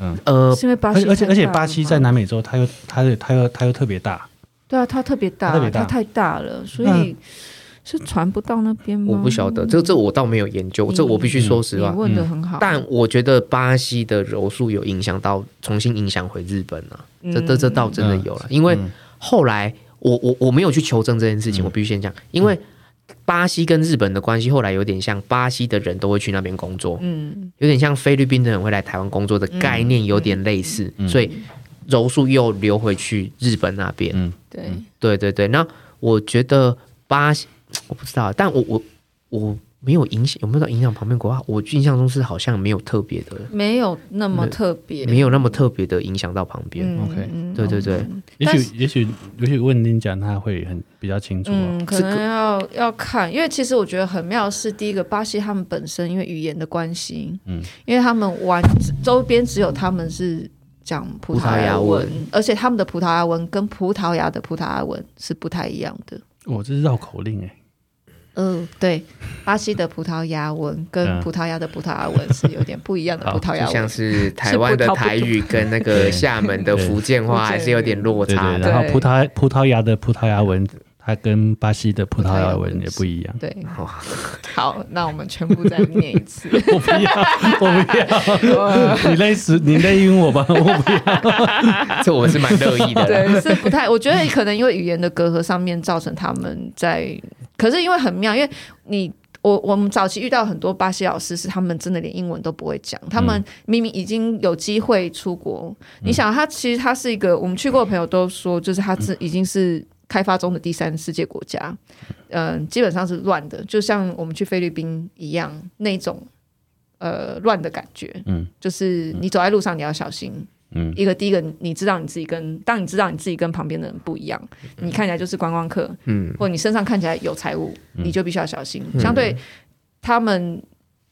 A: 嗯
B: 呃，
C: 是因为巴
A: 而
C: 西
A: 且而且
C: 太
A: 而且
C: 大
A: 巴
C: 了
A: 西
C: 吗
A: 在南美洲，它又它又它又它又特别大，
C: 对啊，它特别大，
A: 它特别大
C: 它太大了，所
A: 那
C: 以是传不到那边吗？
B: 嗯我不晓得，这这我倒没有研究，这我必须说实
C: 你
B: 话。嗯
C: 问的很好，
B: 但我觉得巴西的柔术有影响到，重新影响回日本啊，
C: 嗯
B: 这这这倒真的有了。因为后来我我我没有去求证这件事情，我必须先讲，因为巴西跟日本的关系后来有点像，巴西的人都会去那边工作，
C: 嗯
B: 有点像菲律宾的人会来台湾工作的概念有点类似，所以柔术又流回去日本那边。
A: 嗯，
C: 对，
B: 对对对，那我觉得巴西我不知道，但我我我没有影响，有没有到影响旁边国家？我印象中是好像没有特别的，
C: 没有那么特别。
B: 嗯没有那么特别的影响到旁边。
C: 嗯
A: OK
C: 嗯
B: 对对对，
A: 也
C: 但
A: 许也许也许问您讲，他会很比较清楚、
B: 啊
A: 哦。
C: 嗯，可能要要看，因为其实我觉得很妙的是，第一个巴西他们本身因为语言的关系，
A: 嗯，
C: 因为他们玩周边只有他们是讲葡萄牙
B: 葡萄牙
C: 文
B: 文，
C: 而且他们的葡萄牙文跟葡萄牙的葡萄牙文是不太一样的。
A: 我、这是绕口令哎、
C: 嗯，对，巴西的葡萄牙文跟
A: 嗯
C: 葡萄牙的葡萄牙文是有点不一样的
A: 好
C: 葡萄牙
B: 就像
C: 文。
B: 是台湾的台语 跟那个厦门的福建话还是有点落
A: 对
B: 差
A: 对，
B: 的。
A: 然后
C: 对
A: 葡萄葡萄牙的葡萄牙文，它跟巴西的葡萄牙文也不一样。
C: 对，
B: 好
C: 好，那我们全部再念一次。
A: 我不要，我不要， 你累死，你累晕我吧， 我不要。
B: 这我是蛮乐意的 啦。
C: 对，是不太，我觉得可能因为语言的隔阂上面造成他们在，可是因为很妙，因为你。我我们早期遇到很多巴西老师，是他们真的连英文都不会讲。他
B: 嗯
C: 们明明已经有机会出国，你想他其实他是一个，我们去过的朋友都说，就是他自已经是开发中的第三世界国家，嗯、基本上是乱的，就像我们去菲律宾一样那种呃乱的感觉。
A: 嗯，
C: 就是你走在路上你要小心。
A: 嗯
C: 一个第一个你知道你自己跟当你知道你自己跟旁边的人不一样，你看起来就是观光客，
B: 嗯，
C: 或你身上看起来有财物，你就必须要小心。相对他们，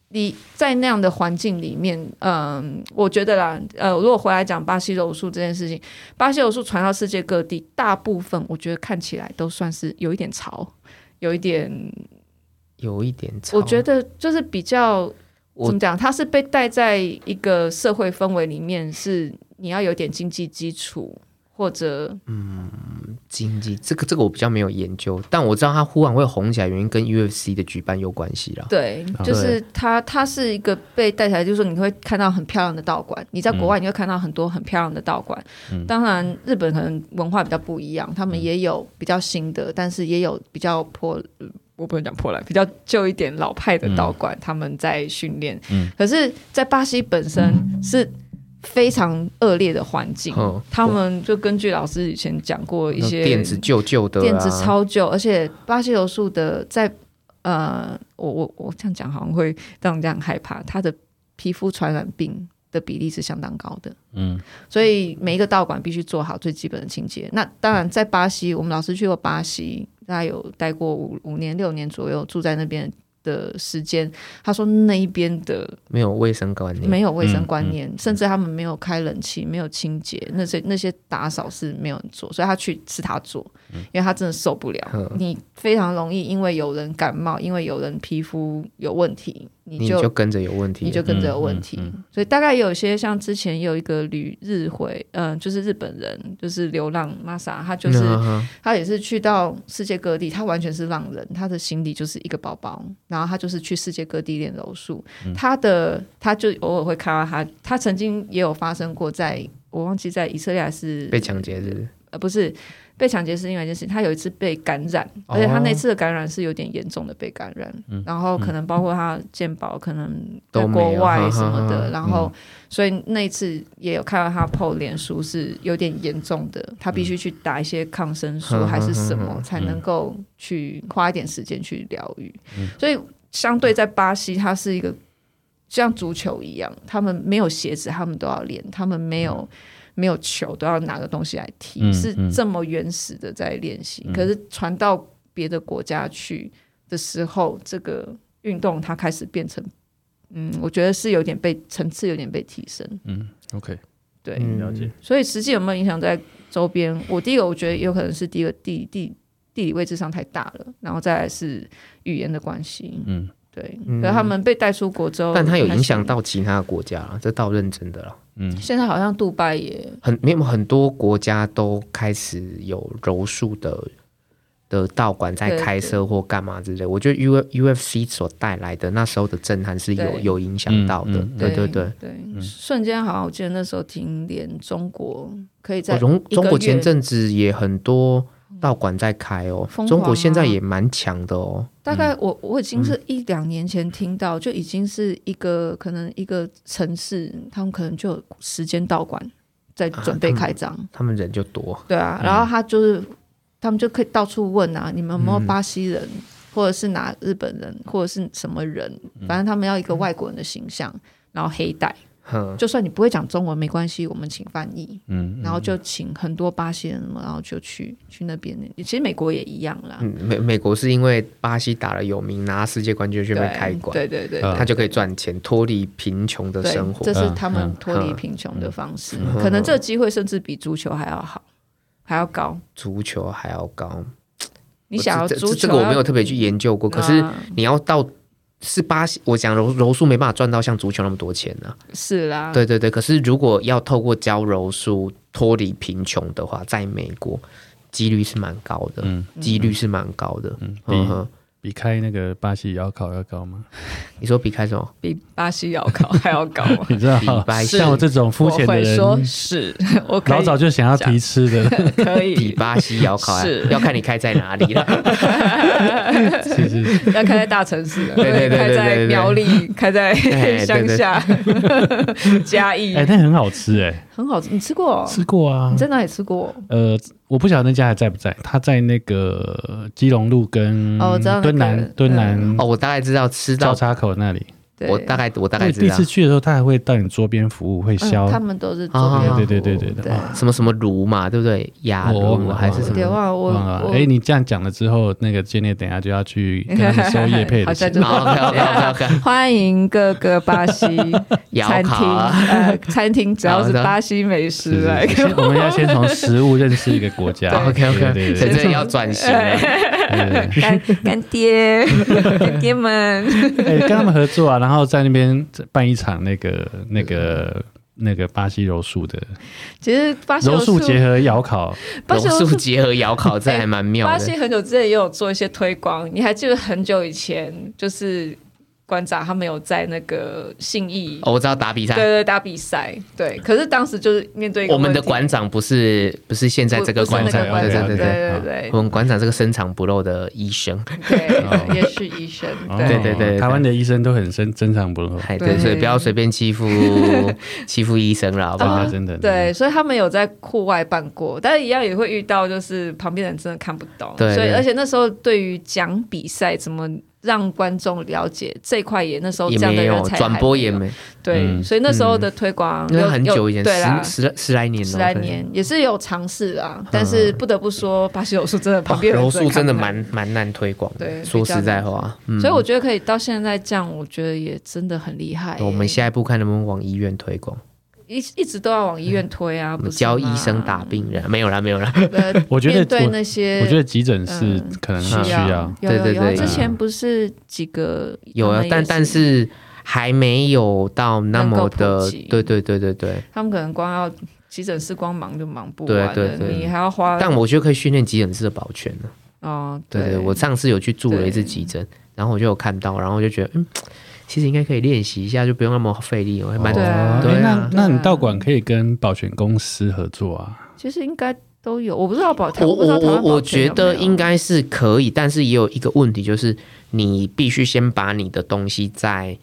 C: 你在那样的环境里面，嗯，我觉得啦，呃，如果回来讲巴西柔术这件事情，巴西柔术传到世界各地，大部分我觉得看起来都算是有一点潮，有一点，
B: 有一点吵。
C: 我觉得就是比较。
B: 我
C: 怎么讲？它是被带在一个社会氛围里面，是你要有点经济基础，或者
B: 经济这个这个我比较没有研究，但我知道它忽然会红起来，原因跟 UFC 的举办有关系啦。
C: 对，就是它，它是一个被带起来，就是说你会看到很漂亮的道馆，你在国外
B: 嗯
C: 你会看到很多很漂亮的道馆。当然，日本可能文化比较不一样，他
B: 嗯
C: 们也有比较新的，但是也有比较破，呃我不能讲破烂，比较旧一点老派的道
B: 嗯
C: 馆，他们在训练。可是，在巴西本身是。非常恶劣的环境，
B: 嗯
C: 他们就根据老师以前讲过一
B: 那
C: 些
B: 垫子旧旧的、啊，
C: 垫子超旧，而且巴西柔术的在呃，我我我这样讲好像会让人家很害怕，它的皮肤传染病的比例是相当高的，
A: 嗯
C: 所以每一个道馆必须做好最基本的清洁。那当然，在巴西，我们老师去过巴西，大概有待过五五年六年左右，住在那边。的时间，他说那一边的
B: 没有卫生观念，嗯
C: 没有卫生观念，甚至他们没有开冷气，没有清洁，那些那些打扫是没有人做，所以他去是他做，因为他真的受不了。
B: 嗯
C: 你非常容易因为有人感冒，因为有人皮肤有问题，你
B: 你
C: 就
B: 就跟着有问题了，嗯
C: 你就跟着有问题。所以大概有些像之前有一个旅日回，嗯、就是日本人，就是流浪 Masa，他就是、
B: 嗯哼
C: 他也是去到世界各地，他完全是浪人，他的行李就是一个包包，然后他就是去世界各地练柔术。
B: 嗯
C: 他的他就偶尔会看到他，他曾经也有发生过在，我忘记在以色列还是
B: 被抢劫是不是
C: 呃不是被抢劫是另外一件事，他有一次被感染，
B: 哦嗯
C: 而且他那次的感染是有点严重的被感染，然后可能包括他健保可能在
B: 都没有
C: 国外什么
B: 哈哈
C: 的，
B: 哈嗯
C: 然后所以那一次也有看到他破脸书是有点严重的，他必须去打一些抗生素
B: 嗯
C: 还是什
B: 嗯嗯
C: 么才能够去花一点时间去疗愈，所以相对在巴西，它是一个像足球一样，他们没有鞋子，他们都要练，他们没有、没有球，都要拿个东西来踢，
A: 嗯
C: 是
A: 嗯
C: 这么原始的在练习。可是传到别的国家去的时候，这个运动它开始变成，嗯，我觉得是有点被层次有点被提升，
A: 嗯，OK，
C: 对，
B: 嗯
A: 了解。
C: 所以实际有没有影响在周边？我第一个我觉得有可能是第一个地地地理位置上太大了，然后再来是语言的关系，
A: 嗯，
C: 对，可是他们被带出国之后，
B: 但它有影响
C: 哦还是。
B: 到其他的国家啦，这倒认真的啦。
C: 现在好像杜拜也
B: 很没有很多国家都开始有柔术的的道馆在
C: 对
B: 开设或干嘛之类。我觉得 U U F C 所带来的那时候的震撼是有
C: 对
B: 有影响到的。
A: 嗯嗯
B: 对对
C: 对
B: 对，
C: 对，瞬间好像我记得那时候听连中国可以
B: 我
C: 在
B: 中
C: 一个
B: 中国嗯前
C: 月
B: 阵子也很多道馆在开哦，
C: 疯狂啊
B: 中国现在也蛮强的哦。
C: 大概我我已经是
B: 嗯
C: 一两年前听到，就已经是一个可能一个城市，他们可能就有时间道馆在准备开张，
B: 啊他们人就多，
C: 对啊，然后他就是他们就可以到处问啊，你们有没有
B: 嗯
C: 巴西人，或者是哪日本人，或者是什么人，
B: 嗯
C: 反正他们要一个外国人的形象，然后黑带，
B: 哼，
C: 就算你不会讲中文没关系，我们请翻译，
A: 嗯，
C: 然后就请很多巴西人嘛，然后就去去那边。其实美国也一样啦，
B: 嗯，美美国是因为巴西打了有名，拿世界冠军就
C: 对
B: 被开馆，
C: 对对对，
A: 嗯
B: 他就可以赚钱，脱离贫穷的
C: 对
B: 生活
C: 这。是
A: 嗯
C: 他们
A: 嗯
C: 脱离
B: 嗯
C: 贫穷的方式。可能这个机会甚至比足球还要好，还要高。
B: 足球还要高，
C: 你
B: 我
C: 想要
B: 呃哦这
C: 足球
B: 这这个我没有
C: 要
B: 特别去研究过，可是
C: 啊
B: 你要到是巴西，我讲柔柔术没办法赚到像足球那么多钱呢、
C: 是啦，
B: 对对对，可是如果要透过教柔术脱离贫穷的话，在美国几率是蛮高的，
A: 嗯
B: 几率是蛮高的。嗯
A: 比
B: 哼，
A: 比开那个巴西窑烤要高吗？
B: 你说比开什么？
C: 比巴西要高 还要高。
A: 你知道
B: 比巴，西
A: 像我这种肤
C: 我
A: 浅的
C: 会
A: 人，
C: 说是，我 可
A: 老
C: 以
A: 早就想要提吃的。
C: 可
B: 比
C: 以，
B: 巴西要考啊
C: 是
B: 要看你开在哪 里了。
A: 是是是，
C: 要开在大城市，
B: 对对对对
C: 开
B: 对对
C: 在苗栗，开在
B: 哎对对
C: 乡下，嘉义
A: 哎，，那很好吃哎，
C: 很好吃。你吃过哦？
A: 吃过啊
C: 你。在哪里吃过？
A: 呃，我不晓得那家还在不在，他在那个基隆路跟
C: 哦我知道那个
A: 敦南敦南
B: 哦，我大概知道吃
A: 交
B: 到，
A: 叉口那里。
C: 对，
B: 我大概我大
A: 那
B: 概
A: 你
B: 知
A: 第一
B: 道
A: 次去的时候，他还会到你桌边服务，会削
C: 嗯，他们都是
B: 啊
C: 周边
A: 对对对
C: 服务
A: 对对哦
C: 对
A: 哇。
B: 什么什么炉嘛，对不对？雅
A: 我忘
B: 炉
A: 了
B: 还是什
C: 别
B: 么？
C: 忘了我
A: 忘了
C: 我，
A: 哎、你这样讲了之后，那个建烈等一下就要去跟他们收业配
C: 好
A: 的
C: 像
A: 钱
C: 就。
B: OK OK OK，
C: 欢迎各个巴西
B: 窑
C: 餐厅，
B: 烤啊
C: 呃，餐厅只要是巴西美食来
A: 啊是是
C: 跟
A: 先我们要先从食物认识一个国 家。
B: OK
A: 对
B: OK，
A: 对
B: 真
A: 对
B: 正要转型了。
A: 对。
C: 干干爹 干爹们，
A: 哎、跟他们合作啊，然后在那边办一场那个那个那个巴西柔术的
C: 其实巴西
A: 柔
C: 有
A: 术结合窑烤，
C: 巴
B: 榕
C: 西有
B: 树结合窑烤，这还蛮妙
C: 巴
B: 的。
C: 西很久之前也有做一些推广，你还记得很久以前就是馆长他们有在那个信义。
B: 哦，我知道打比
C: 对
B: 赛，
C: 对，打比赛，对。可是当时就是面对一个
B: 我们的
C: 问题
B: 馆长不是不是现在这啊个
C: 不不是
B: 馆
C: 那
B: 长
C: 个，
A: 馆
B: 对
A: 长
B: 对对
C: 对
B: 对。
C: 对
A: 对
C: 对
B: 我们馆长是个深藏不露的医生，
C: 对对，也是医生，
B: 哦对
C: 对啊
B: 对对
A: 哦台湾的医生都很深，真常不错，
B: 哎，对，所以不要随便 欺负欺负医生了，好不
C: 哦
B: 好？
A: 真的真的。
C: 对，所以他们有在户外办过，但是一样也会遇到，就是旁边人真的看不懂，
B: 对
C: 所以
B: 对
C: 而且那时候对于讲比赛怎么让观众了解这一块也那时候
B: 也
C: 这样的
B: 没
C: 人
B: 有
C: 才
B: 转
C: 还
B: 播
C: 有
B: 也没，
C: 对，
A: 嗯
C: 所以那时候的推广
B: 因为
C: 有
B: 很久以前，
C: 有对啦
B: 十。十十来年了，嗯
C: 十来年也是有尝试啊，但是不得不说，巴西柔术真的旁边人
B: 啊柔术哦真
C: 看不
B: 的
C: 懂
B: 蛮嗯蛮难推广的。
C: 对
B: 说
C: 比较
B: 实在
C: 难
B: 话，
C: 所以我觉得可以到现在这样，我觉得也真的很厉害耶。
B: 嗯我们下一步看能不能往医院推广，
C: 一一直都要往医院推啊，
B: 我
C: 不
B: 们
C: 是
B: 嗯教医
C: 吗
B: 生打病人，没有啦没有啦，
C: 呃，
A: 我觉得
C: 面对
A: 我
C: 那些，
A: 我觉得急诊室
C: 嗯
A: 可能
B: 需
A: 是需要，
C: 有
B: 对
C: 有
B: 对
C: 有
B: 对
C: 之
A: 嗯
C: 前不是几个
B: 有
C: 他
B: 啊
C: 们，也
B: 但但是还没有到那
C: 能够
B: 么
C: 普
B: 的
C: 及，
B: 对对对对对。
C: 他们可能光要急诊室光忙就忙不完
B: 对
C: 了，
B: 对对
C: 你还要花
B: 但我觉得可以训练急诊室的保全呢。
C: 哦，
B: 对对，我上次有去住了一次急诊，然后我就有看到，然后我就觉得，嗯，其实应该可以练习一下，就不用那么费力，我还蛮
C: 对啊
A: 哎
B: 对
A: 那
B: 啊
A: 那你
C: 对啊
A: 道馆可以跟保全公司合作啊，
C: 其实应该都有，我不知道保台，
B: 我
C: 不知道
B: 哎我
C: 台湾
B: 我我
C: 保全
B: 觉
C: 有
B: 得
C: 没有
B: 应该是可以，但是也有一个问题，就是你必须先把你的东西再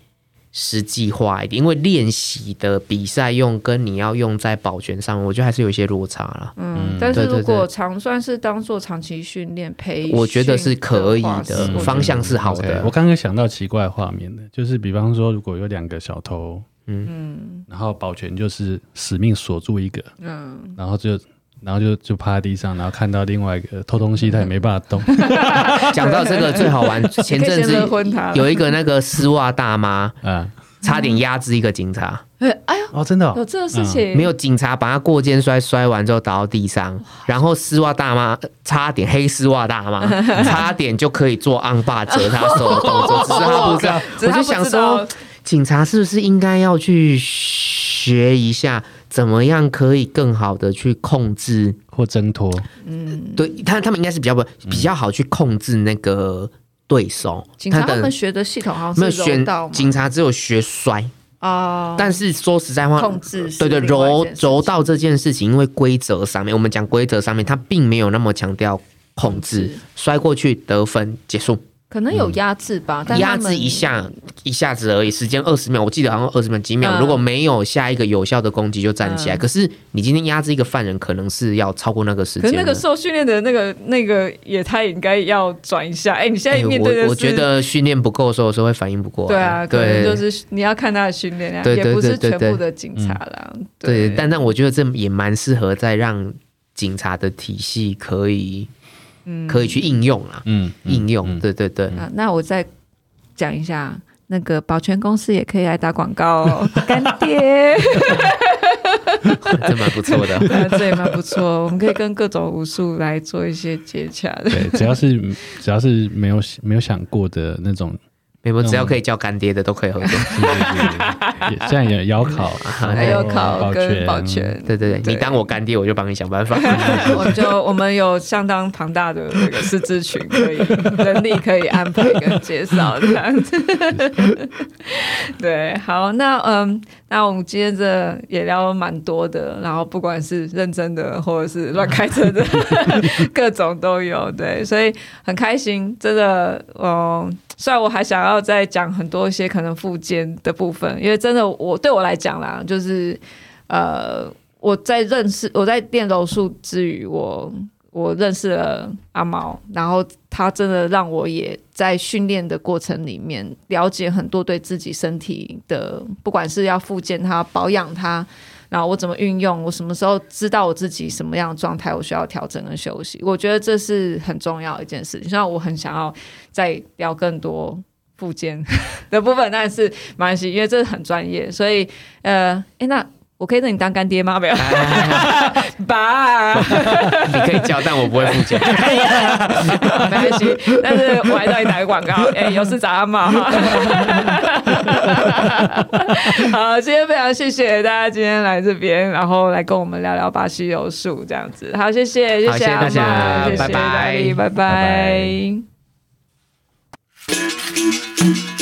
B: 实际化一点，因为练习的比赛用跟你要用在保全上，我觉得还是有一些落差啦。
C: 嗯，但是
B: 对对
C: 如
B: 对
C: 果长算是当做长期训练培，
B: 我觉得是可以的
A: 嗯
B: 方向是好
A: 对
B: 的
A: 我。刚刚想到奇怪的画面的，就是比方说，如果有两个小偷，嗯，然后保全就是死命锁住一个，
C: 嗯，
A: 然后就然后就就趴在地上，然后看到另外一个偷东西，他也没办法动。
B: 讲到这个最好 玩，前阵
C: 你可以先
B: 子
C: 勒昏他了
B: 有一个那个丝袜大妈，
A: 啊，
B: 差点压制一个警察，
A: 哦，真的、
C: 有
A: 哦，
C: 这
B: 嗯
C: 个事情
B: 没有警察把他过肩摔，摔完之后倒到地上，然后丝袜大妈呃差点黑丝袜大 妈差点就可以做昂霸折他手的动作，只是他 不知道，
C: 只是
B: 啊我
C: 他
B: 就
C: 不
B: 想
C: 知道
B: 说，警察是不是应该要去学一下，怎么样可以更好的去控制？
A: 或挣脱，
B: 对他，他们应该是比较不比较好去控制那个对手，
C: 警察
B: 的
C: 他们学的系统好
B: 没有
C: 像是柔
B: 选
C: 道嘛
B: 警察只有学摔，
C: 啊，
B: 但是说实在话，
C: 控制是
B: 对对，
C: 另外一
B: 柔
C: 件事
B: 柔道这件事情，因为规则上面，我们讲规则上面，它并没有那么强调控制
C: 控制，
B: 摔过去得分结束，
C: 可能有压制吧，但他
B: 嗯压
C: 们
B: 制一下一下子而已，时间二十秒，我记得好像二十秒几秒，
C: 嗯
B: 如果没有下一个有效的攻击就站起来。
C: 嗯
B: 可是你今天压制一个犯人，可能是要超过那个时
C: 可
B: 间
C: 是
B: 的。
C: 那个受训练的那个那个也他也应该要转一下。哎、你现在
B: 哎
C: 面对的是、
B: 我我觉得训练不够的时候，有时候会反应不过来。
C: 对啊，可能
B: 对
C: 就是你要看他的训练量，啊
B: 对对
C: 也不是
B: 对对
C: 全
B: 对嗯
C: 部的警察啦。
B: 对，但但我觉得这也蛮适合在让警察的体系可以，可以去应用啦，
A: 嗯，
B: 应用，对对对，
C: 啊那我再讲一下。那个保全公司也可以来打广告 哦，干爹，
B: 这蛮不错 的。
C: 啊这也蛮不错。我们可以跟各种武术来做一些接洽的。
A: 对，只要是只要是没有没有想过的那种，
B: 没有，只要可以叫干爹的都可以合 作。
A: 对对对 也现在也要考，
C: 还有考
A: 哦保
C: 跟
A: 全，
C: 保全，
B: 对对对，
C: 对
B: 你当我干爹，我就帮你想办 法。
C: 我就我们有相当庞大的那个师资群，可以人力可以安排跟介绍这样子。对，好，那嗯，那我们今天这也聊了蛮多的，然后不管是认真的或者是乱开车的， 各种都有。对，所以很开心，真的，嗯，虽然我还想要再讲很多一些可能附件的部分，因为真的我对我来讲啦，就是呃，我在认识我在练柔术之余，我我认识了阿毛，然后他真的让我也在训练的过程里面了解很多对自己身体的，不管是要复健它、保养它，然后我怎么运用，我什么时候知道我自己什么样的状态，我需要调整跟休息。我觉得这是很重要的一件事情。虽然我很想要再聊更多复健的部分，但是没关系，因为这是很专业，所以呃，诶，那我可以认你当干爹吗？
B: 哎
C: 没有， 爸。
B: 你可以教，但我不会付 钱。
C: 没关系， 但是我还让你打个广 告，哎、有事找阿茂哈。 好，今天非常谢谢大家今天来这边，然后来跟我们聊聊巴西柔术这样子。好，谢谢，谢
B: 好谢谢
C: 阿
B: 大
C: 茂，
B: 家
C: 谢谢
B: 拜拜
C: 大力拜拜
A: 拜